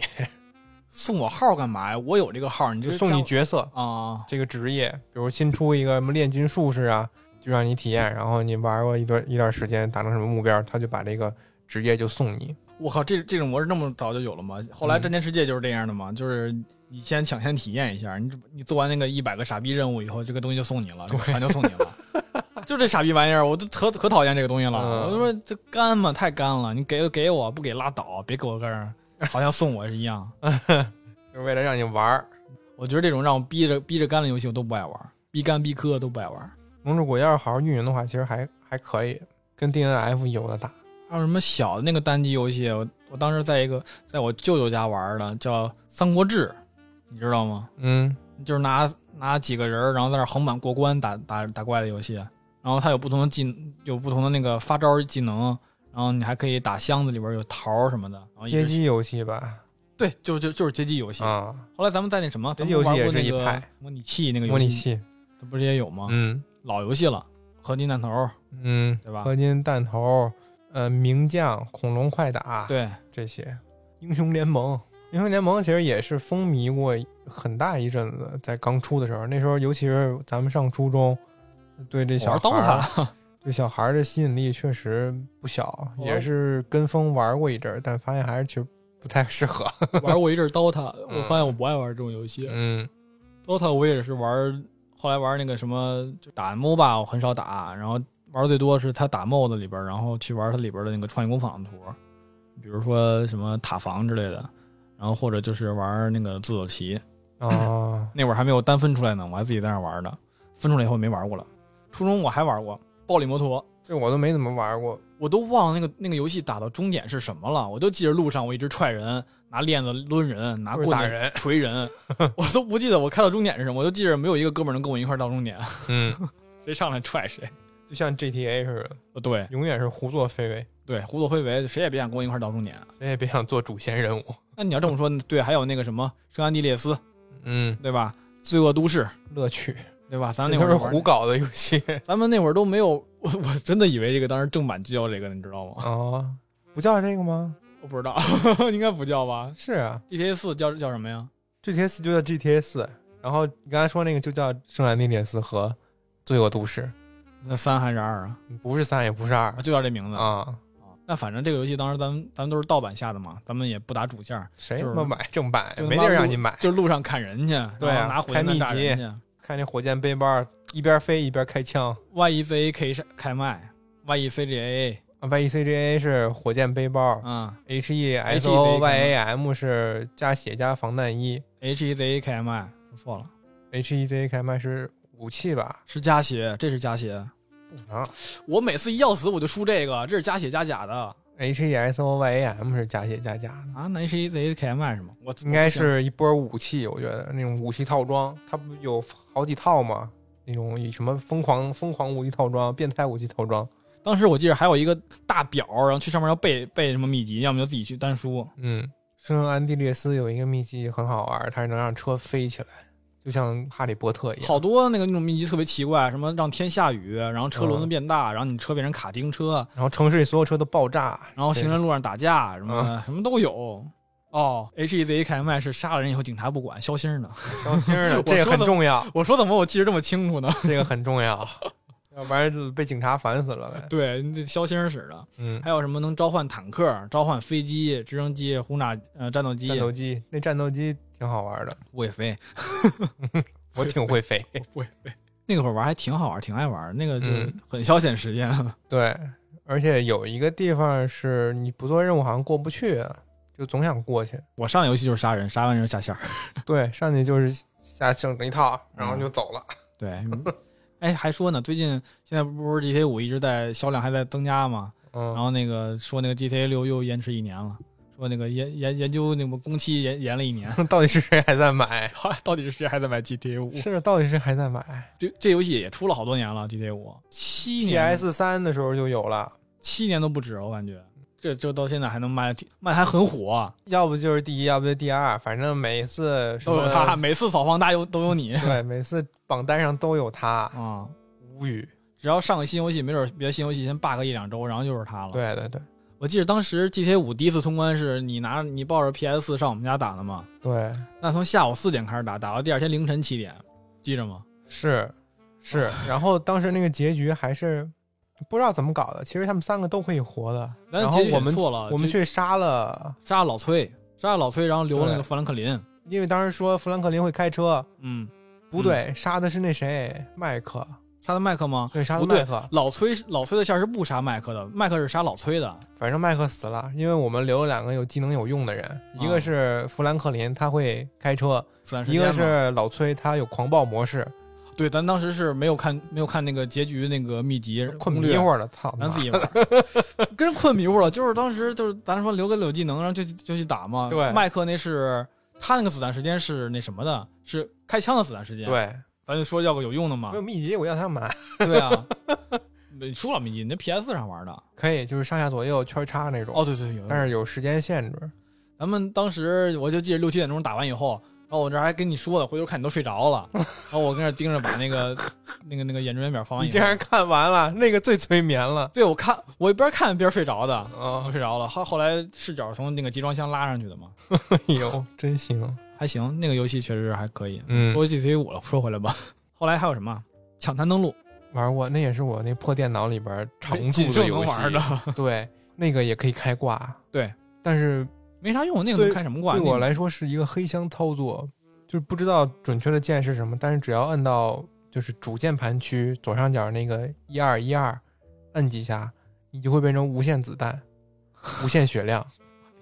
送我号干嘛呀？我有这个号，你
就
就
送
加
你
我
角色
啊。
这个职业，比如新出一个什么炼金术士啊，就让你体验，然后你玩过一段一段时间，达成什么目标，他就把这个职业就送你。
我靠，这这种模式那么早就有了吗？后来
嗯
《战舰世界》就是这样的嘛，就是你先抢先体验一下，你你做完那个一百个傻逼任务以后，这个东西就送你了，这个船就送你了。就这傻逼玩意儿，我都可可讨厌这个东西了。
嗯
我就说这干嘛，太干了！你给就给我，不给拉倒，别给我个儿，好像送我是一样。
就是为了让你玩儿。
我觉得这种让我逼着逼着干的游戏，我都不爱玩，逼干逼磕都不爱玩。
龙之谷要是好好运营的话，其实还还可以，跟 D N F 有的打。
还有什么小的那个单机游戏，我我当时在一个在我舅舅家玩的，叫《三国志》，你知道吗？
嗯，
就是拿拿几个人儿，然后在那儿横版过关打打打怪的游戏。然后它有不同的技，有不同的那个发招技能，然后你还可以打箱子里边有桃儿什么的。哦然后一
街
直
机游戏吧，
对，就就就是街机游戏。
啊，
后来咱们在那什么，
街
咱
机游
们
戏
玩
也
过
是
那
一
个
派
模拟器那个游戏，啊
模拟器。
它不是也有吗？
嗯
老游戏了，合金弹头儿，
嗯，
对吧
合金弹头，呃，名将、恐龙快打，
对，
这些英雄联盟。英雄联盟其实也是风靡过很大一阵子，在刚出的时候，那时候尤其是咱们上初中，对这小
玩
孩
刀
儿
塔，
对小孩儿的吸引力确实不小，
我
也是跟风玩过一阵儿，但发现还是其实不太适合。
玩过一阵刀塔，
嗯
我发现我不爱玩这种游戏。
嗯
DOTA 我也是玩，后来玩那个什么就打 MOBA 我很少打，然后玩最多是他打 MOD 里边，然后去玩它里边的那个创意工坊的图，比如说什么塔防之类的，然后或者就是玩那个自走棋，
啊，
那会儿还没有单分出来呢，我还自己在那玩呢，分出来以后没玩过了。初中我还玩过暴力摩托，
这我都没怎么玩过。
我都忘了那个那个游戏打到终点是什么了，我就记着路上我一直踹人，拿链子抡人，拿棍
或者打
子
人
捶 人，我都不记得我开到终点是什么，我就记着没有一个哥们儿能跟我一块儿到终点，
嗯，
谁上来踹谁。
就像 GTA 似的，
呃对
永远是胡作非为，
对，胡作非为，谁也别想跟我一块儿到终点。
谁也别想做主线任务。
那你要这么说，对，还有那个什么《圣安地列斯》，
嗯，
对吧？《罪恶都市》，
乐趣，
对吧？咱
这
嗯那会
都是
儿玩
胡，搞的游 戏
咱们那会儿都没有，我我真的以为这个当时正版就叫这个，你知道吗？
啊，不叫这个吗？
我不知道， 应该不叫吧
是啊，
？GTA 四叫叫什么呀？
GTA 四就叫 GTA 四，然后你刚才说那个就叫《圣安地列斯》和《罪恶都市
那三还是二啊？》，
不是三也不是二
啊就叫这名字
啊！
那反正这个游戏当时咱们咱们都是盗版下的嘛，咱们也不打主线儿，
谁
就
他
是
妈买正版呀？
就他妈
没地儿让
路
你买，
就路上砍人去，
对啊
然后拿火箭弹炸人去。
看那火箭背包，一边飞一边开枪。
Y E Z A K 是开麦，Y E C G A
啊 Y E C G A 是火箭背包
啊
，H E S O Y A M 是加血加防弹衣，
H E Z A K M I，我错了，
H E Z K M I 是武器吧？
是加血，这是加血。
啊
我每次一要死我就出这个，这是加血加假的
，H E S O Y A M 是加血加加的，
啊？那 H E Z A K M I 是吗？我
应该是一波武器，我觉得那种武器套装，它不有好几套吗？那种以什么疯狂疯狂武器套装、变态武器套装，
当时我记得还有一个大表，然后去上面要背背什么秘籍，要么就自己去单输。
嗯，圣安地列斯有一个秘籍很好玩，它能让车飞起来，就像哈利波特一样。
好多那个那种秘籍特别奇怪，什么让天下雨，然后车轮子变大，然后你车变成卡丁车，
然后城市里所有车都爆炸，
然后行
对
人路上打架，什么的、什么都有。哦，H E Z A K M I 是杀了人以后警察不管，消心儿呢。
消心儿的，这
我
个
说
很
的
重要，
我说怎么我记得这么清楚呢？
这个很重要，要不然就被警察烦死了呗。
对，你这消心儿使的。
嗯，
还有什么能召唤坦克、召唤飞机、直升机、轰炸呃战斗机、
战斗机那战斗机挺好玩的，
不会飞，
我挺会飞。
不会飞。那个会儿玩还挺好玩，挺爱玩，那个就
嗯
很消遣时间。
对，而且有一个地方是你不做任务好像过不去，啊就总想过去。
我上来游戏就是杀人，杀完人下线儿。
对，上去就是下整一套，然后就走了。
对， 哎，还说呢，最近现在不是 GTA 五一直在销量还在增加吗？然
嗯，
后那个说那个 GTA 六又延迟一年了，说那个研研研究那个工期延延了一年，
嗯到底是谁还在买？
到底是谁还在买 GTA 五？
是，到底是谁还在买
这这游戏也出了好多年了，GTA 五七年
？PS 三的时候就有了，
七年都不止，我感觉这这到现在还能卖，卖得还很火，啊
要不就是第一，要不就第二，反正每一次什
都 有
么
他，每次扫黄大有都 有你
对，每次榜单上都有他，
啊、
无语。
只要上个新游戏，没准别的新游戏先 bug 一两周，然后就是它了。，
对对对
我记得当时 GTA 五第一次通关是你拿你抱着 PS 4上我们家打的嘛，
对，
那从下午四点开始打，打到第二天凌晨七点，记着吗？
是
哦
是。然后当时那个结局还是不知道怎么搞的，其实他们三个都可以活的。
咱
然后
结局
我
选
们
错了，
我们
就
去杀了，
杀了老崔，杀了老崔，然后留了那
对嗯
个富兰克林。
因为当时说富兰克林会开车，
嗯，
不对，杀的是那谁麦克，
杀的麦克吗？
对，杀
不
的
对
麦克。
老崔老崔的线是不杀麦克的，麦克是杀老崔的。
反正麦克死了，因为我们留了两个有技能有用的人，一
啊
个是富兰克林，他会开车；
算
一个是老崔，他有狂暴模式，
对，咱当时是没有看没有看那个结局那个秘籍
困
攻
迷
略，
糊了，操！
咱自己玩儿， 跟人困迷糊了。就是当时就是咱说留给柳技能，然后就就去打嘛。
对
麦克那是他那个子弹时间是那什么的，是开枪的子弹时间。，
对，
咱就说要个有用的嘛
我有。秘籍，我要他买，
对啊，没输了秘籍，你那 PS 上玩的。
可以，就是上下左右圈插那种。
哦，对对，有。
但是有时间限制。
咱们当时我就记得六七点钟打完以后，然后我这还跟你说的，回头看你都睡着 了，然后我跟那盯着把那个那个那个演职员表放完
你
以
竟
后，
然看完了，那个最催眠了。
对我看我一边看一边睡着的，我
啊！
睡着了。后后来视角从那个集装箱拉上去的嘛，
哎呦，真行。
还行，那个游戏确实还可以。
嗯，
说 GTA 五了，说回来吧，后来还有什么抢滩登陆，
玩过，那也是我那破电脑里边常
仅
驻
剩
的
能
游
玩
戏。
的，
对，那个也可以开挂。
对，
但是
没啥用，那个能开什么挂？
对我
那个
来说是一个黑箱操作，就是不知道准确的键是什么，但是只要摁到就是主键盘区左上角那个一二一二，摁几下，你就会变成无限子弹、无限血量，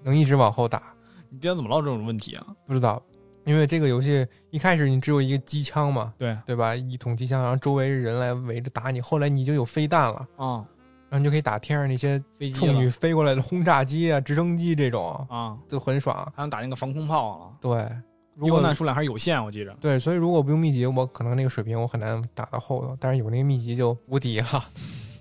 能一直往后打。
你今天怎么唠这种问题啊？
不知道，因为这个游戏一开始你只有一个机枪嘛，
对
对吧？一桶机枪，然后周围人来围着打你，后来你就有飞弹了，
啊，
然后你就可以打天上那些
飞机
冲
了
你飞过来的轰炸机啊、直升机这种，
啊，
就很爽。
还能打那个防空炮了。
对，如
优
果
难数量还是有限，我记着。
对，所以如果不用秘籍，我可能那个水平我很难打到后头，但是有那个秘籍就无敌了。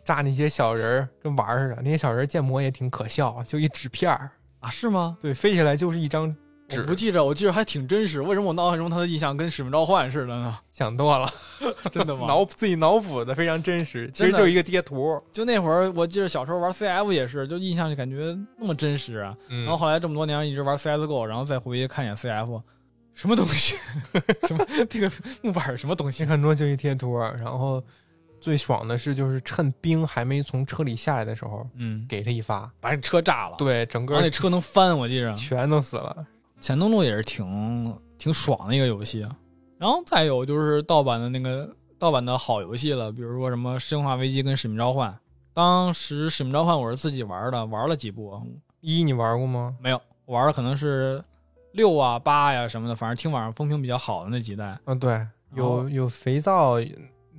炸那些小人儿跟玩儿似的，那些小人儿建模也挺可笑，就一纸片儿，
啊，是吗？
对，飞起来就是一张纸
我不记着，我记着还挺真实。为什么我脑海中他的印象跟《使命召唤》似的呢？
想多了，
真 的吗？
脑自己脑补的非常真实，其
真
实
的
就一个贴图。
就那会儿，我记着小时候玩 CF 也是，就印象就感觉那么真实啊。
嗯
然后后来这么多年一直玩 CSGO，然后再回去看一眼 CF，什么东西？ 什么这个木板儿什么东
这
西？
很多就一贴图，然后最爽的是，就是趁兵还没从车里下来的时候，
嗯，
给他一发，
把人车炸了，
对，整
然后
个
那车能翻，我记着。
全都死了。
潜登陆也是挺挺爽的一个游戏啊。然后再有就是盗版的那个盗版的好游戏了，比如说什么《生化危机》跟《使命召唤》。当时《使命召唤》我是自己玩的，玩了几部，
一你玩过吗？
没有玩的可能是六啊八呀、什么的，反正听网上风评比较好的那几代。
啊，对，有有肥皂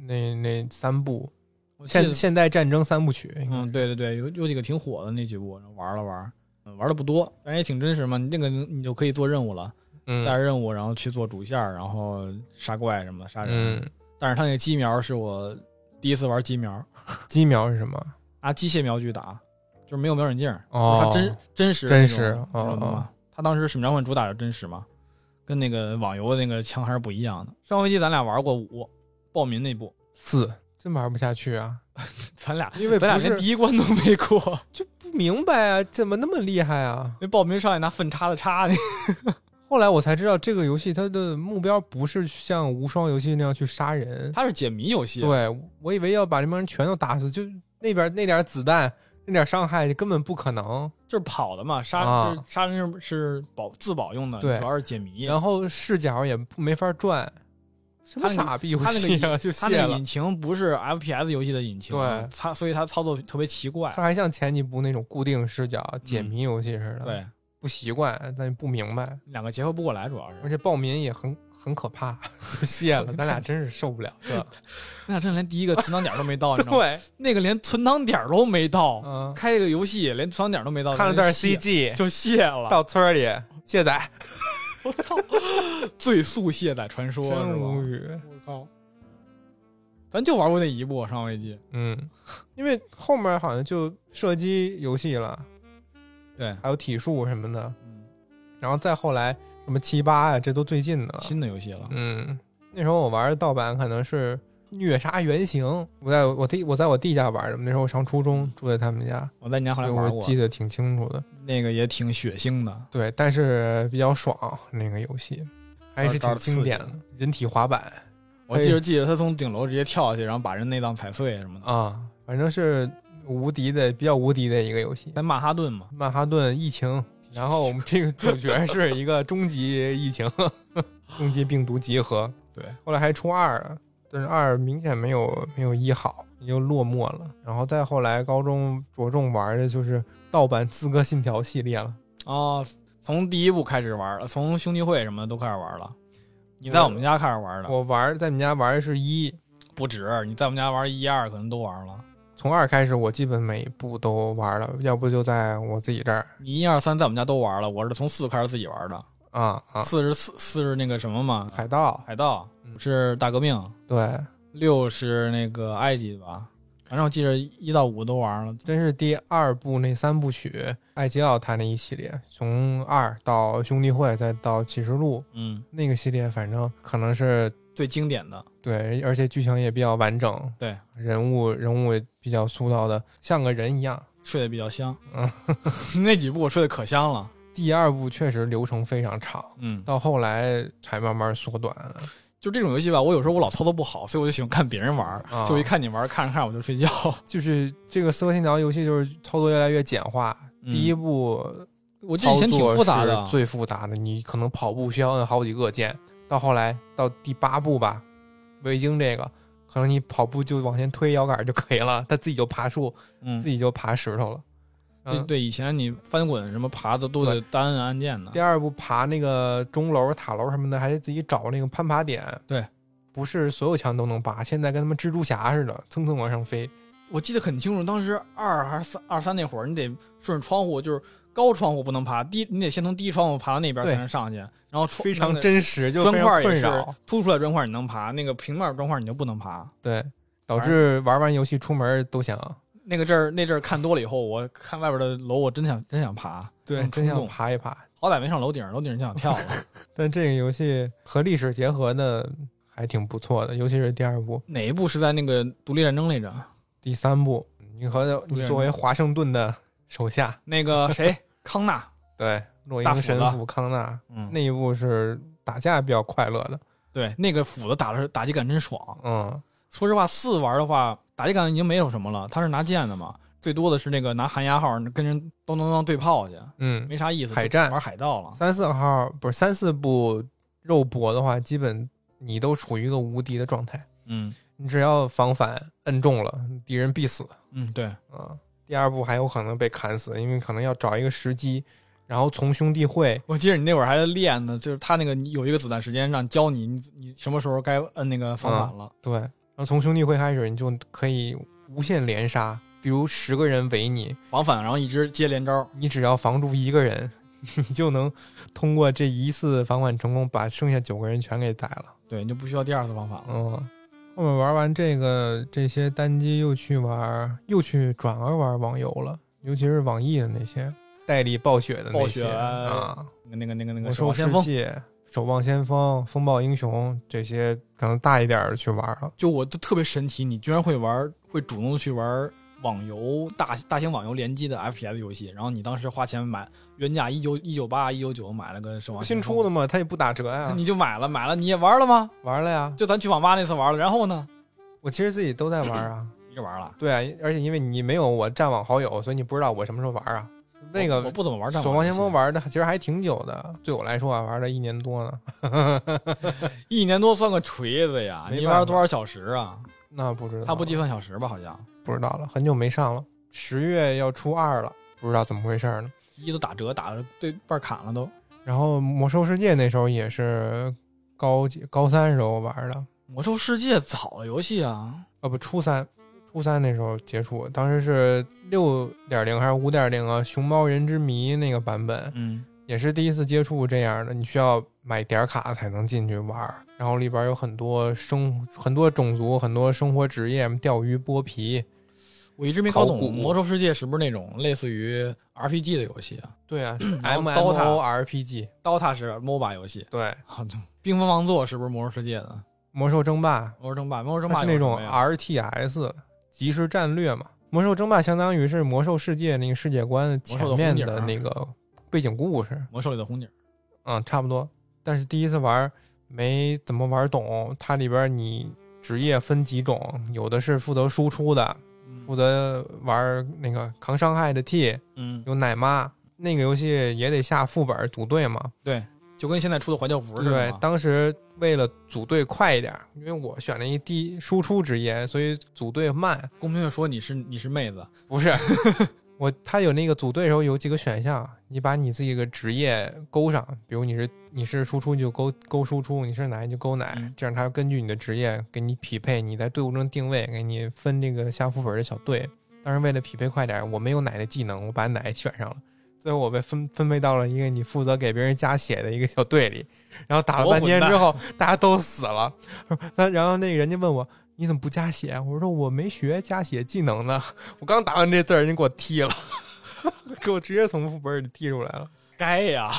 那那三部，
我记
现
得，
现代战争三部曲，应该
嗯，对对对，有有几个挺火的那几部，然后玩了玩，嗯玩的不多，但是也挺真实嘛。你那个你就可以做任务了，带着
嗯
任务然后去做主线，然后杀怪什么的，杀人。
嗯，
但是他那个机瞄是我第一次玩机瞄，
鸡苗是什么？
拿机械瞄具打，就是没有瞄准镜，
哦
它真真实
真
那种
实
你知道
哦
吗？他当时《使命召唤》主打的真实嘛，跟那个网游的那个枪还是不一样的。上回机咱俩玩过五，暴民那部，
四，真玩不下去啊，
咱俩
因为
咱俩
不
连
是
第一关都没过，
不明白啊，怎么那么厉害啊？
那暴民上来拿粪叉子叉你，
后来我才知道，这个游戏它的目标不是像无双游戏那样去杀人，
它是解谜游戏，，
对我以为要把这帮人全都打死，就那边那点子弹。那点伤害根本不可能，
就是跑的嘛，杀、
啊
就是杀人是是保自保用的，
对
主要是解谜。
然后视角也不没法转，什么
他那个
傻逼游
他那个
戏啊，就
它
卸
那
了
个。引擎不是 FPS 游戏的引擎，
对
它所以它操作特别奇怪，
它还像前几部那种固定视角解谜游戏似的，，
嗯对，
不习惯，但是不明白，
两个结合不过来，主要是
而且暴民也很很可怕， 就谢 了，咱俩真是受不了。对吧，
咱俩真的连第一个存档点都 没到，你知道吗？
对，
那个连存档点都没到，
嗯，
开一个游戏连存档点都没到，
看了
咱
段
就卸
CG，
就卸了，
到村儿里卸载，
最速卸载传说
真无
是吧？
语。
我靠！咱就玩过那一部上位机，
嗯，因为后面好像就射击游戏了，
对，
还有体术什么的，
嗯，
然后再后来什么七八啊呀，这都最近的了。
新的游戏了，
嗯，那时候我玩的盗版可能是虐杀原型，我在我弟我在我弟家玩的，那时候我上初中住在他们家，
我在你嗯家后
所
来
以
玩
哎我
过
记，得挺清楚的。
那个也挺血腥的，
对，但是比较爽那个游戏，还是挺经典的
高高，
人体滑板
我记着记着他从顶楼直接跳下去，然后把人内脏踩碎什么的，
啊，反正是无敌的，比较无敌的一个游戏。
在曼哈顿嘛，
曼哈顿疫情，然后我们这个主角是一个终极疫情， 终极病毒集合，
对，
后来还出二了，但是二明显没有没有一好，也就落寞了。然后再后来高中着重玩的就是盗版《资格信条》系列了。
哦，从第一部开始玩了，从兄弟会什么的都开始玩了。你在我们家开始玩的
我玩在你们家玩的是一，
不止，你在我们家玩一二可能都玩了。
从二开始我基本每一部都玩了，要不就在我自己这儿
你一二三在我们家都玩了，我是从四开始自己玩的。
啊啊，
四是四四是那个什么嘛，
海盗
海盗
嗯
五是大革命，
对，
六是那个埃及吧，反正我记着一到五都玩了。
真是第二部那三部曲，艾吉奥他那一系列，从二到兄弟会，再到启示录
嗯，
那个系列，反正可能是
最经典的
对，而且剧情也比较完整，
对，
人物人物也比较塑造的像个人一样。
睡得比较香，
嗯
那几部我睡得可香了。
第二部确实流程非常长，
嗯，
到后来才慢慢缩短了。
就这种游戏吧，我有时候我老操作不好，所以我就喜欢看别人玩儿。
啊
就我一看你玩儿，看着看着我 就睡觉。
就是这个《刺客信条》游戏就是操作越来越简化，
嗯
第一部
我记得
操作
以前挺复杂的啊
是，最复杂的，你可能跑步需要摁好几个键，到后来到第八部吧，维京这个。可能你跑步就往前推摇杆就可以了，它自己就爬树，
嗯，
自己就爬石头了。
对
嗯，
对，以前你翻滚什么爬的都得单按按键的
嗯第，二步爬那个钟楼、塔楼什么的，还得自己找那个攀爬点。
对，
不是所有墙都能爬，现在跟他们蜘蛛侠似的，蹭蹭往上飞。
我记得很清楚，当时二还是三二三那会儿，你得顺着窗户，就是高窗户不能爬，低你得先从低窗户爬到那边
对
才能上去，然后窗
非常
那个
真实，就
砖
非
块
常
儿也
困
是
扰。
凸出来砖块儿你能爬，那个平面儿砖块儿你就不能爬。
对，导致玩完游戏出门都想，
那个阵儿那阵儿看多了以后，我看外边的楼，我真想真想爬，很
真
冲
想
动。
爬一爬。
好歹没上楼顶儿，楼顶儿就想跳了。
但这个游戏和历史结合的还挺不错的，尤其是第二部、
哪一部是在那个独立战争来着？
第三部，你和
对
你作为华盛顿的手下，
那个谁， 康纳，
对，洛
大
英
斧
神
子
父康纳
嗯，
那一部是打架比较快乐的，
对，那个斧子打的打击感真爽。
嗯。
说实话，四玩的话，打击感已经没有什么了，它是拿剑的嘛，最多的是那个拿寒鸦号跟人咚咚咚对炮去，
嗯，
没啥意思。
海战
玩海盗了，
三四号不是三四部肉搏的话，基本你都处于一个无敌的状态，
嗯
你只要防反摁中了，敌人必死
嗯，对，
啊。第二部还有可能被砍死，因为可能要找一个时机，然后从兄弟会，
我记得你那会儿还练呢，就是他那个有一个子弹时间让教你你你什么时候该摁那个放板了。
对，然后从兄弟会开始，你就可以无限连杀，比如十个人围你，
防反，然后一直接连招。
你只要防住一个人， 你就能通过这一次防反成功，把剩下九个人全给宰了。
对，你就不需要第二次防反了。
嗯，后面玩完这个这些单机，又去玩，又去转而玩网游了，尤其是网易的那些代理暴雪的那
暴雪
些啊，
那个那个那个那
魔
个守
兽
望
世
先锋，
界、守望先锋、风暴英雄这些，可能大一点儿的去玩了。
就我就特别神奇，你居然会玩，会主动去玩网游大大型网游联机的 FPS 游戏，然后你当时花钱买原价一九一九八一九九买了个守望
新出
的，
的嘛，它也不打折呀，
你就买了，买了你也玩了吗？
玩了呀。
就咱去网吧那次玩了，然后呢，
我其实自己都在玩啊，
一直玩了。
对啊，而且因为你没有我战网好友，所以你不知道我什么时候玩啊。那
我我
个
不怎么玩战
守望先锋，玩的其实还挺久的，对我来说啊，玩了一年多呢。
一年多算个锤子呀！
没
你
办法
玩多少小时啊？
那不知道，
他不计算小时吧？好像
不知道了，很久没上了。十月要出二了，不知道怎么回事儿呢。
一都打折，打了对半砍了都。
然后魔兽世界那时候也是高几高三时候玩的，
魔兽世界早的游戏啊，
啊不初三，初三那时候接触，当时是六点零还是五点零啊？熊猫人之谜那个版本，
嗯，
也是第一次接触这样的，你需要买点卡才能进去玩儿，然后里边有很多生很多种族、很多生活职业，钓鱼、剥皮。
我一直没搞
考古
懂魔兽世界是不是那种类似于 RPG 的游戏啊
对啊
然后
，M M O
Dota
R P G，
？DOTA 是 MOBA 游戏，
对，
冰封王座是不是魔兽世界的？
魔兽争霸，
魔兽争霸，魔兽争
它
霸
是
有
那种啊
什么呀
R T S 即时战略嘛。魔兽争霸相当于是魔兽世界那个世界观前面的那个背景故事，
魔兽里的红警，
嗯，差不多。但是第一次玩没怎么玩懂，它里边你职业分几种，有的是负责输出的，负责玩那个扛伤害的 T，
嗯，
有奶妈。那个游戏也得下副本组队嘛，
就跟现在出的怀旧服似的
对
嘛。，
当时为了组队快一点，因为我选了一低输出职业，所以组队慢。
公屏又说你是你是妹子，
不是， 我他有那个组队的时候有几个选项，你把你自己的职业勾上，比如你是你是输出你就勾勾输出，你是奶就勾奶，
嗯
这样他根据你的职业给你匹配，你在队伍中定位，给你分这个下副本的小队。当时为了匹配快点，我没有奶的技能，我把奶选上了。最后我被分分配到了一个你负责给别人加血的一个小队里，然后打了
多
半天
混蛋
之后，大家都死了。 他然后那个人家问我你怎么不加血？啊我说我没学加血技能呢，我刚打完这字儿，人家给我踢了， 给我直接从副本里踢出来了。
该呀，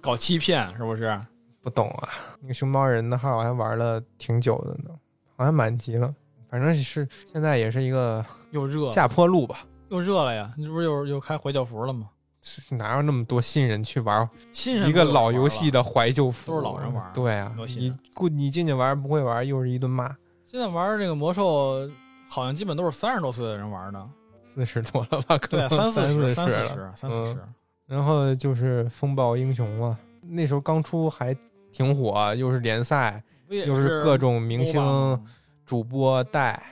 搞欺骗是不是？
不懂啊，那个熊猫人的号我还玩了挺久的呢，好像满级了，反正是现在也是一个
又热
下坡路吧。
又热了呀，你这不是又又开怀旧服了吗？
是哪有那么多新人去玩
新 人
一个
不就玩
老游戏
了，
的怀旧服？
都是老人玩
对啊
游，戏
你顾你进去玩不会玩，又是一顿骂。
现在玩这个魔兽好像基本都是三十多岁的人玩的，
四十多了吧？啊可
对
能
啊，三
四
十、三
三
四
了嗯
十、三四十，
然后就是风暴英雄了，那时候刚出还挺火，又是联赛，
不也
又
是
各种明
MOBA
星
吗
主播带，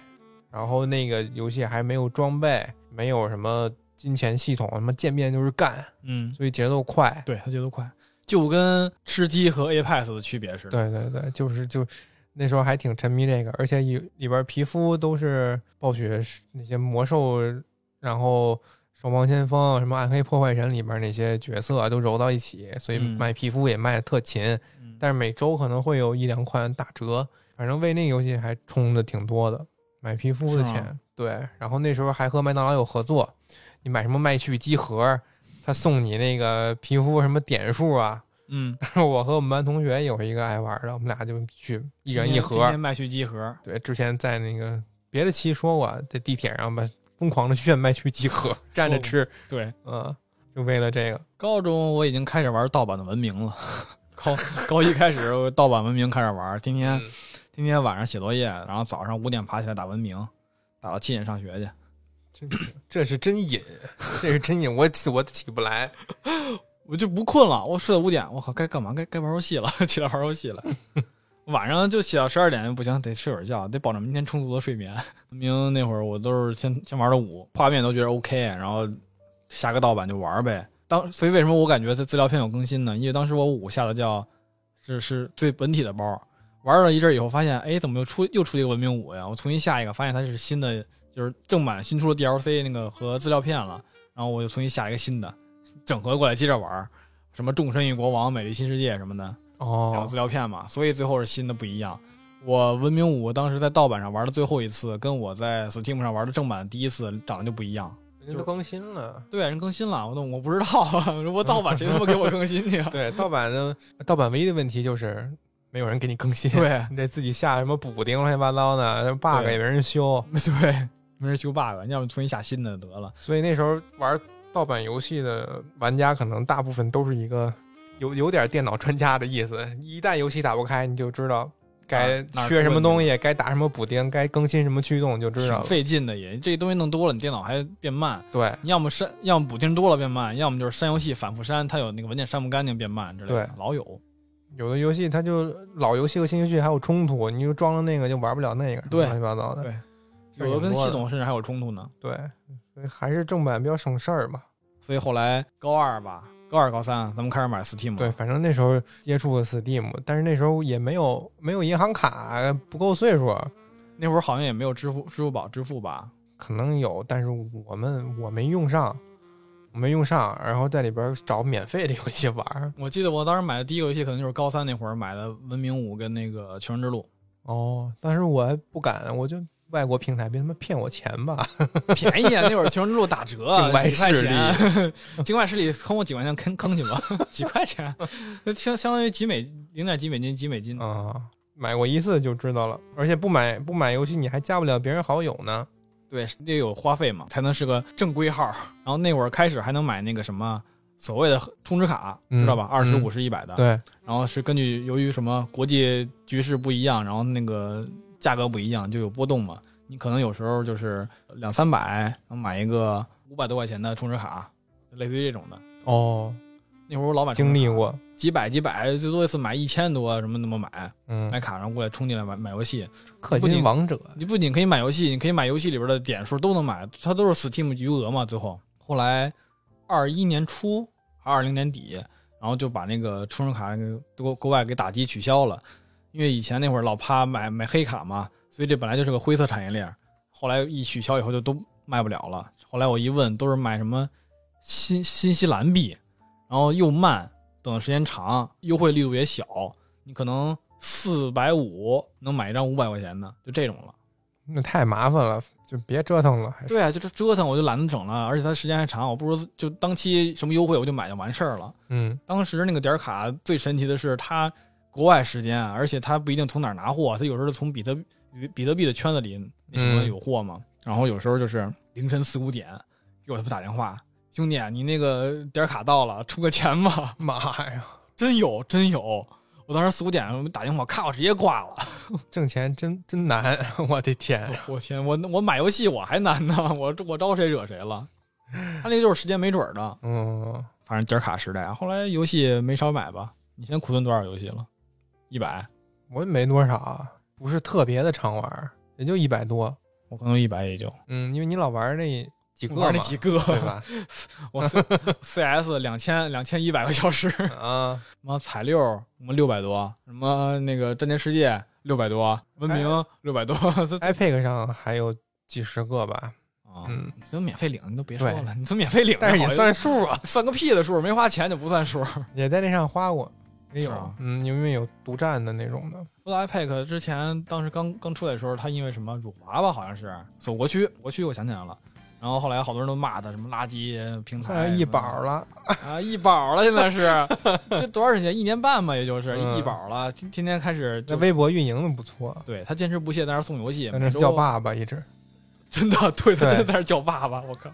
然后那个游戏还没有装备，没有什么金钱系统，他妈见面就是干，
嗯，
所以节奏快。
对他节奏快，就跟吃鸡和 Apex 的区别似的。
对对对，就是就那时候还挺沉迷这个，而且有里边皮肤都是暴雪那些魔兽，然后守望先锋、什么暗黑破坏神里边那些角色啊都揉到一起，所以
嗯
卖皮肤也卖的特勤。
嗯
但是每周可能会有一两款打折，反正为那个游戏还充的挺多的，买皮肤的
是吗
钱。对，然后那时候还和麦当劳有合作，你买什么麦趣鸡盒，他送你那个皮肤什么点数啊。
嗯，
我和我们班同学有一个爱玩的，我们俩就去一人一
天
盒
天。卖去鸡盒，
对，之前在那个别的期说过，在地铁上吧，疯狂的炫麦趣鸡 盒，站着吃，
对。
嗯，就为了这个。
高中我已经开始玩盗版的文明了， 高 高一开始我盗版文明开始玩，天天、
嗯
天天晚上写作业，然后早上五点爬起来打文明，打到七点上学去。
这是真瘾， 这是真瘾，我起我起不来。
我就不困了，我睡到五点，我靠，该干嘛？该该玩游戏了， 起来玩游戏了。晚上就写到十二点，不行，得睡会儿觉，得保证明天充足的睡眠。明明那会儿我都是先先玩到五，画面都觉得 OK，然后下个盗版就玩呗。当所以为什么我感觉它资料片有更新呢？因为当时我五下的叫是是最本体的包，玩了一阵儿以后发现，哎，怎么又出又出一个文明五呀？我重新下一个，发现它是新的，就是正版新出的 DLC 那个和资料片了，然后我又重新下一个新的，整合过来接着玩儿，什么众神与国王、美丽新世界什么的，然后
哦
资料片嘛，所以最后是新的不一样。我文明五当时在盗版上玩的最后一次，跟我在 Steam 上玩的正版第一次长得就不一样。
人家都更新了。
对，人更新了，我都 我不知道啊，我盗版谁他妈给我更 新去啊？
对，盗版的盗版唯一的问题就是没有人给你更新，
对
你得自己下什么补丁乱七八糟的，bug
对
也没人修。
对，没人修 bug，你要不重新下新的得了。
所以那时候玩盗版游戏的玩家，可能大部分都是一个有有点电脑专家的意思。一旦游戏打不开，你就知道该
哪儿
缺什么东西，该打什么补丁，该更新什么驱动，就知道
挺
了。
费劲的也，这东西弄多了，你电脑还变慢。
对
你要么删，要么补丁多了变慢，要么就是删游戏反复删，它有那个文件删不干净变慢之类的
对，
老有。
有的游戏它就老游戏和新游戏还有冲突，你就装了那个就玩不了那个，
对
乱七八糟的。
对
事儿挺多的
有的跟系统甚至还有冲突呢。
对，所以还是正版比较省事儿吧。
所以后来高二吧，高二高三咱们开始买 Steam 了。
对，反正那时候接触了 Steam，但是那时候也没有没有银行卡，不够岁数，
那会儿好像也没有支付支付宝支付吧？
可能有，但是我们我没用上，我没用上，然后在里边找免费的 游戏玩儿。
我记得我当时买的第一个游戏可能就是高三那会儿买的《文明五》跟那个《求生之路
哦，但是我还不敢，我就外国平台别他妈骗我钱吧。》，
便宜啊！那会儿《求生之路》打折啊，
境外
几块
势
钱，境外势力坑我几块钱坑坑去吧， 几块钱，那相相当于几美零点几美金几美金。
啊、买过一次就知道了，而且不买不买游戏你还加不了别人好友呢。
对，得有花费嘛，才能是个正规号。然后那会儿开始还能买那个什么所谓的充值卡，
嗯
知道吧？二十、
嗯
五十、一百的。
对，
然后是根据由于什么国际局势不一样，然后那个价格不一样就有波动嘛。你可能有时候就是两三百能买一个五百多块钱的充值卡，类似于这种的。
哦，
那会儿我老买充
经
值卡
历过，
几百几百，最多一次买一千多什么那么买，
嗯，
买卡然后过来充进来买买游戏。
氪
哎不
金
仅
王者，
你不仅可以买游戏，你可以买游戏里边的点数都能买，它都是 Steam 余额嘛。最后后来二一年初还二零年底，然后就把那个充值卡那个国国外给打击取消了，因为以前那会儿老怕买买黑卡嘛，所以这本来就是个灰色产业链。后来一取消以后就都卖不了了。后来我一问，都是买什么新新西兰币，然后又慢，等的时间长，优惠力度也小，你可能四百五能买一张五百块钱的，就这种了。
那太麻烦了，就别折腾了。还是
对啊，就是折腾，我就懒得整了，而且它时间还长，我不如就当期什么优惠我就买就完事儿了。
嗯，
当时那个点儿卡最神奇的是，它国外时间，啊而且它不一定从哪儿拿货，它有时候从比特比比特币的圈子里那什么
嗯
有货嘛，然后有时候就是凌晨四五点给我他们打电话，兄弟啊，你那个点儿卡到了，出个钱吧，
妈呀，
真有真有。我当时四五点打电话，咔，我直接挂了。
挣钱真真难， 我的天！
我天，我我买游戏我还难呢，我我招谁惹谁了？他那就是时间没准儿的，
嗯，
反正点儿卡时代啊，后来游戏没少买吧？你现在库存多少游戏了？一百，
我也没多少，啊不是特别的常玩儿，也就一百多。
我可能一百也就
嗯，因为你老玩儿那几个嘛，
玩那 几个，
对？吧？
我 C- CS 两千两千一百个小时， 什
啊，
么彩六什么六百多，什么那个战舰世界六百多，文明
哎
六 百多，啊 这
iPad 上还有几十个 吧，
啊，
嗯，
你都免费领，你都别说
对
了，你都免费领，
但是也
好
算数 啊，
算个屁的数，没花钱就不算数。
也在那上花过，也
是啊
有，
吗
嗯，因为有独占的那种的，
说到 iPad 之前，当时刚刚出来的时候，它因为什么辱华吧，好像是锁国区，国区我想起来了。然后后来好多人都骂它什么垃圾平
后
台
来
什么的，
哎一宝了，
啊，一宝了，现在是 这多长时间？一年半吧，也就是
嗯
一宝了。今天天开始
这
就
微博运营的不错，
对他坚持不懈在那儿送游戏，
在那
每周
叫，爸爸一直，
真的 对他
对
真的在那儿叫爸爸，我靠，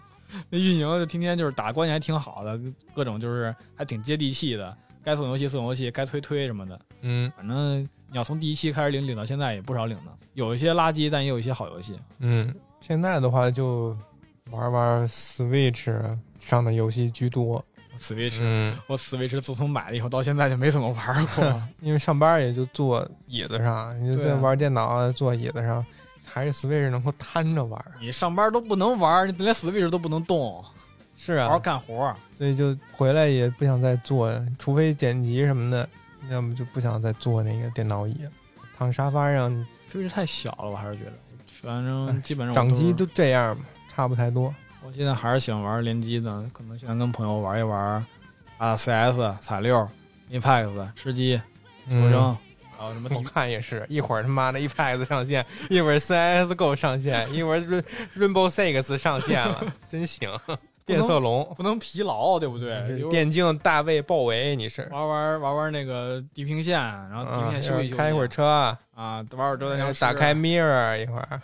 那运营就天天就是打关系还挺好的，各种就是还挺接地气的，该送游戏送游戏，该推推什么的。
嗯
反正你要从第一期开始领，领到现在也不少领呢。有一些垃圾，但也有一些好游戏。
嗯，现在的话就玩玩 Switch 上的游戏居多，
Switch，、
嗯，
我 Switch 自从买了以后到现在就没怎么 玩过。
因为上班也就坐椅子上，你就
对
在
啊
玩电脑啊，坐椅子上，还是 Switch 能够摊着玩儿。
你上班都不能玩，你连 Switch 都不能动。
是
好好
啊，
干活儿。
所以就回来也不想再做，除非剪辑什么的，要么就不想再坐那个电脑椅，躺沙发上，
这个太小了，我还是觉得，反
哎
正基本上我
掌机
是
都这样嘛，差不太多。
我现在还是喜欢玩联机的，可能现在跟朋友玩一玩啊，CS、彩六、Apex、吃鸡、求
嗯
生，还有什么
我
体
看也是，一会儿他妈的 Apex 上线，一会儿 CSGO 上线，一会儿 Ra- Rainbow Six 上线了，真行！变色龙，
不能疲劳，对不对？
嗯
有
电竞大卫鲍维，你是？
玩玩玩玩那个地平线，然后地平
嗯
线休息休息，
开一会儿车，
啊，玩会儿周丹阳
哎打开 Mirror 一会儿。
啊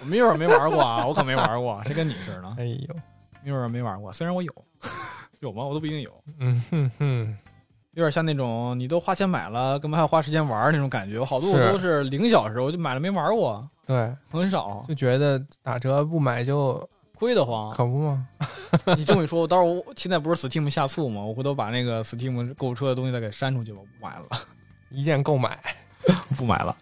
我 Mirror 啊没玩过啊，我可没玩过，这跟你似的
哎呦，
，Mirror 没玩过，虽然我有， 有吗？我都不一定有，
嗯哼哼，
有点像那种你都花钱买了，干嘛还要花时间玩儿那种感觉。我好多我
是
都是零小时，我就买了没玩过，
对，
很少，
就觉得打折不买就
亏得慌。
可不嘛。
你这么一说，我到时候我现在不是 Steam 下促吗？我回头把那个 Steam 购物车的东西再给删出去吧，我不 买了，
一键购买。
不买了。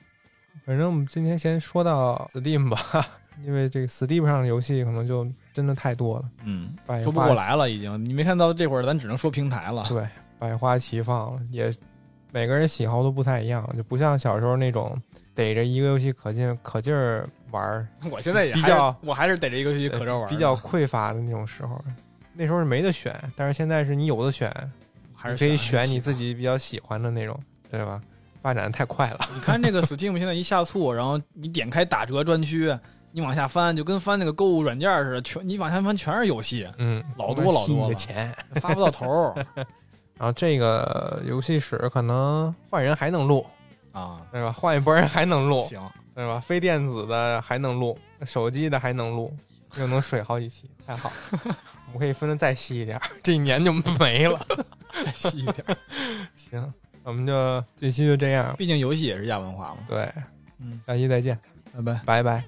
反正我们今天先说到 Steam 吧， 因为这个 Steam 上的游戏可能就真的太多了，
嗯，
百
说不
花
过来了，已经。你没看到这会儿，咱只能说平台了。
对，百花齐放，也每个人喜好都不太一样，就不像小时候那种逮着一个游戏可劲可劲儿玩儿，
我现在也
比
还是
较
我还是逮着一个游戏可着玩儿的，
比较匮乏的那种时候。那时候是没得选，但是现在是你有的选，
还是
你可以选
选
你
喜欢
自。己比较喜欢的那种，对吧？发展得太快了，
你看这个 Steam 现在一下促，然后你点开打折专区，你往下翻，就跟翻那个购物软件似的，全你往下翻全是游戏，
嗯，
老多老
吸你
多
的
了
钱。
发不到头儿
然后这个游戏史可能换人还能录，
啊。
对吧？换一波人还能录，
行，
对吧？非电子的还能录，手机的还能录，又能水好几期，太好了！我们可以分的再细一点儿，这一年就没了。
再细一点儿，
行，我们就这期就这样，
毕竟游戏也是亚文化嘛。
对，
嗯，
下期再见，
拜拜。
拜拜。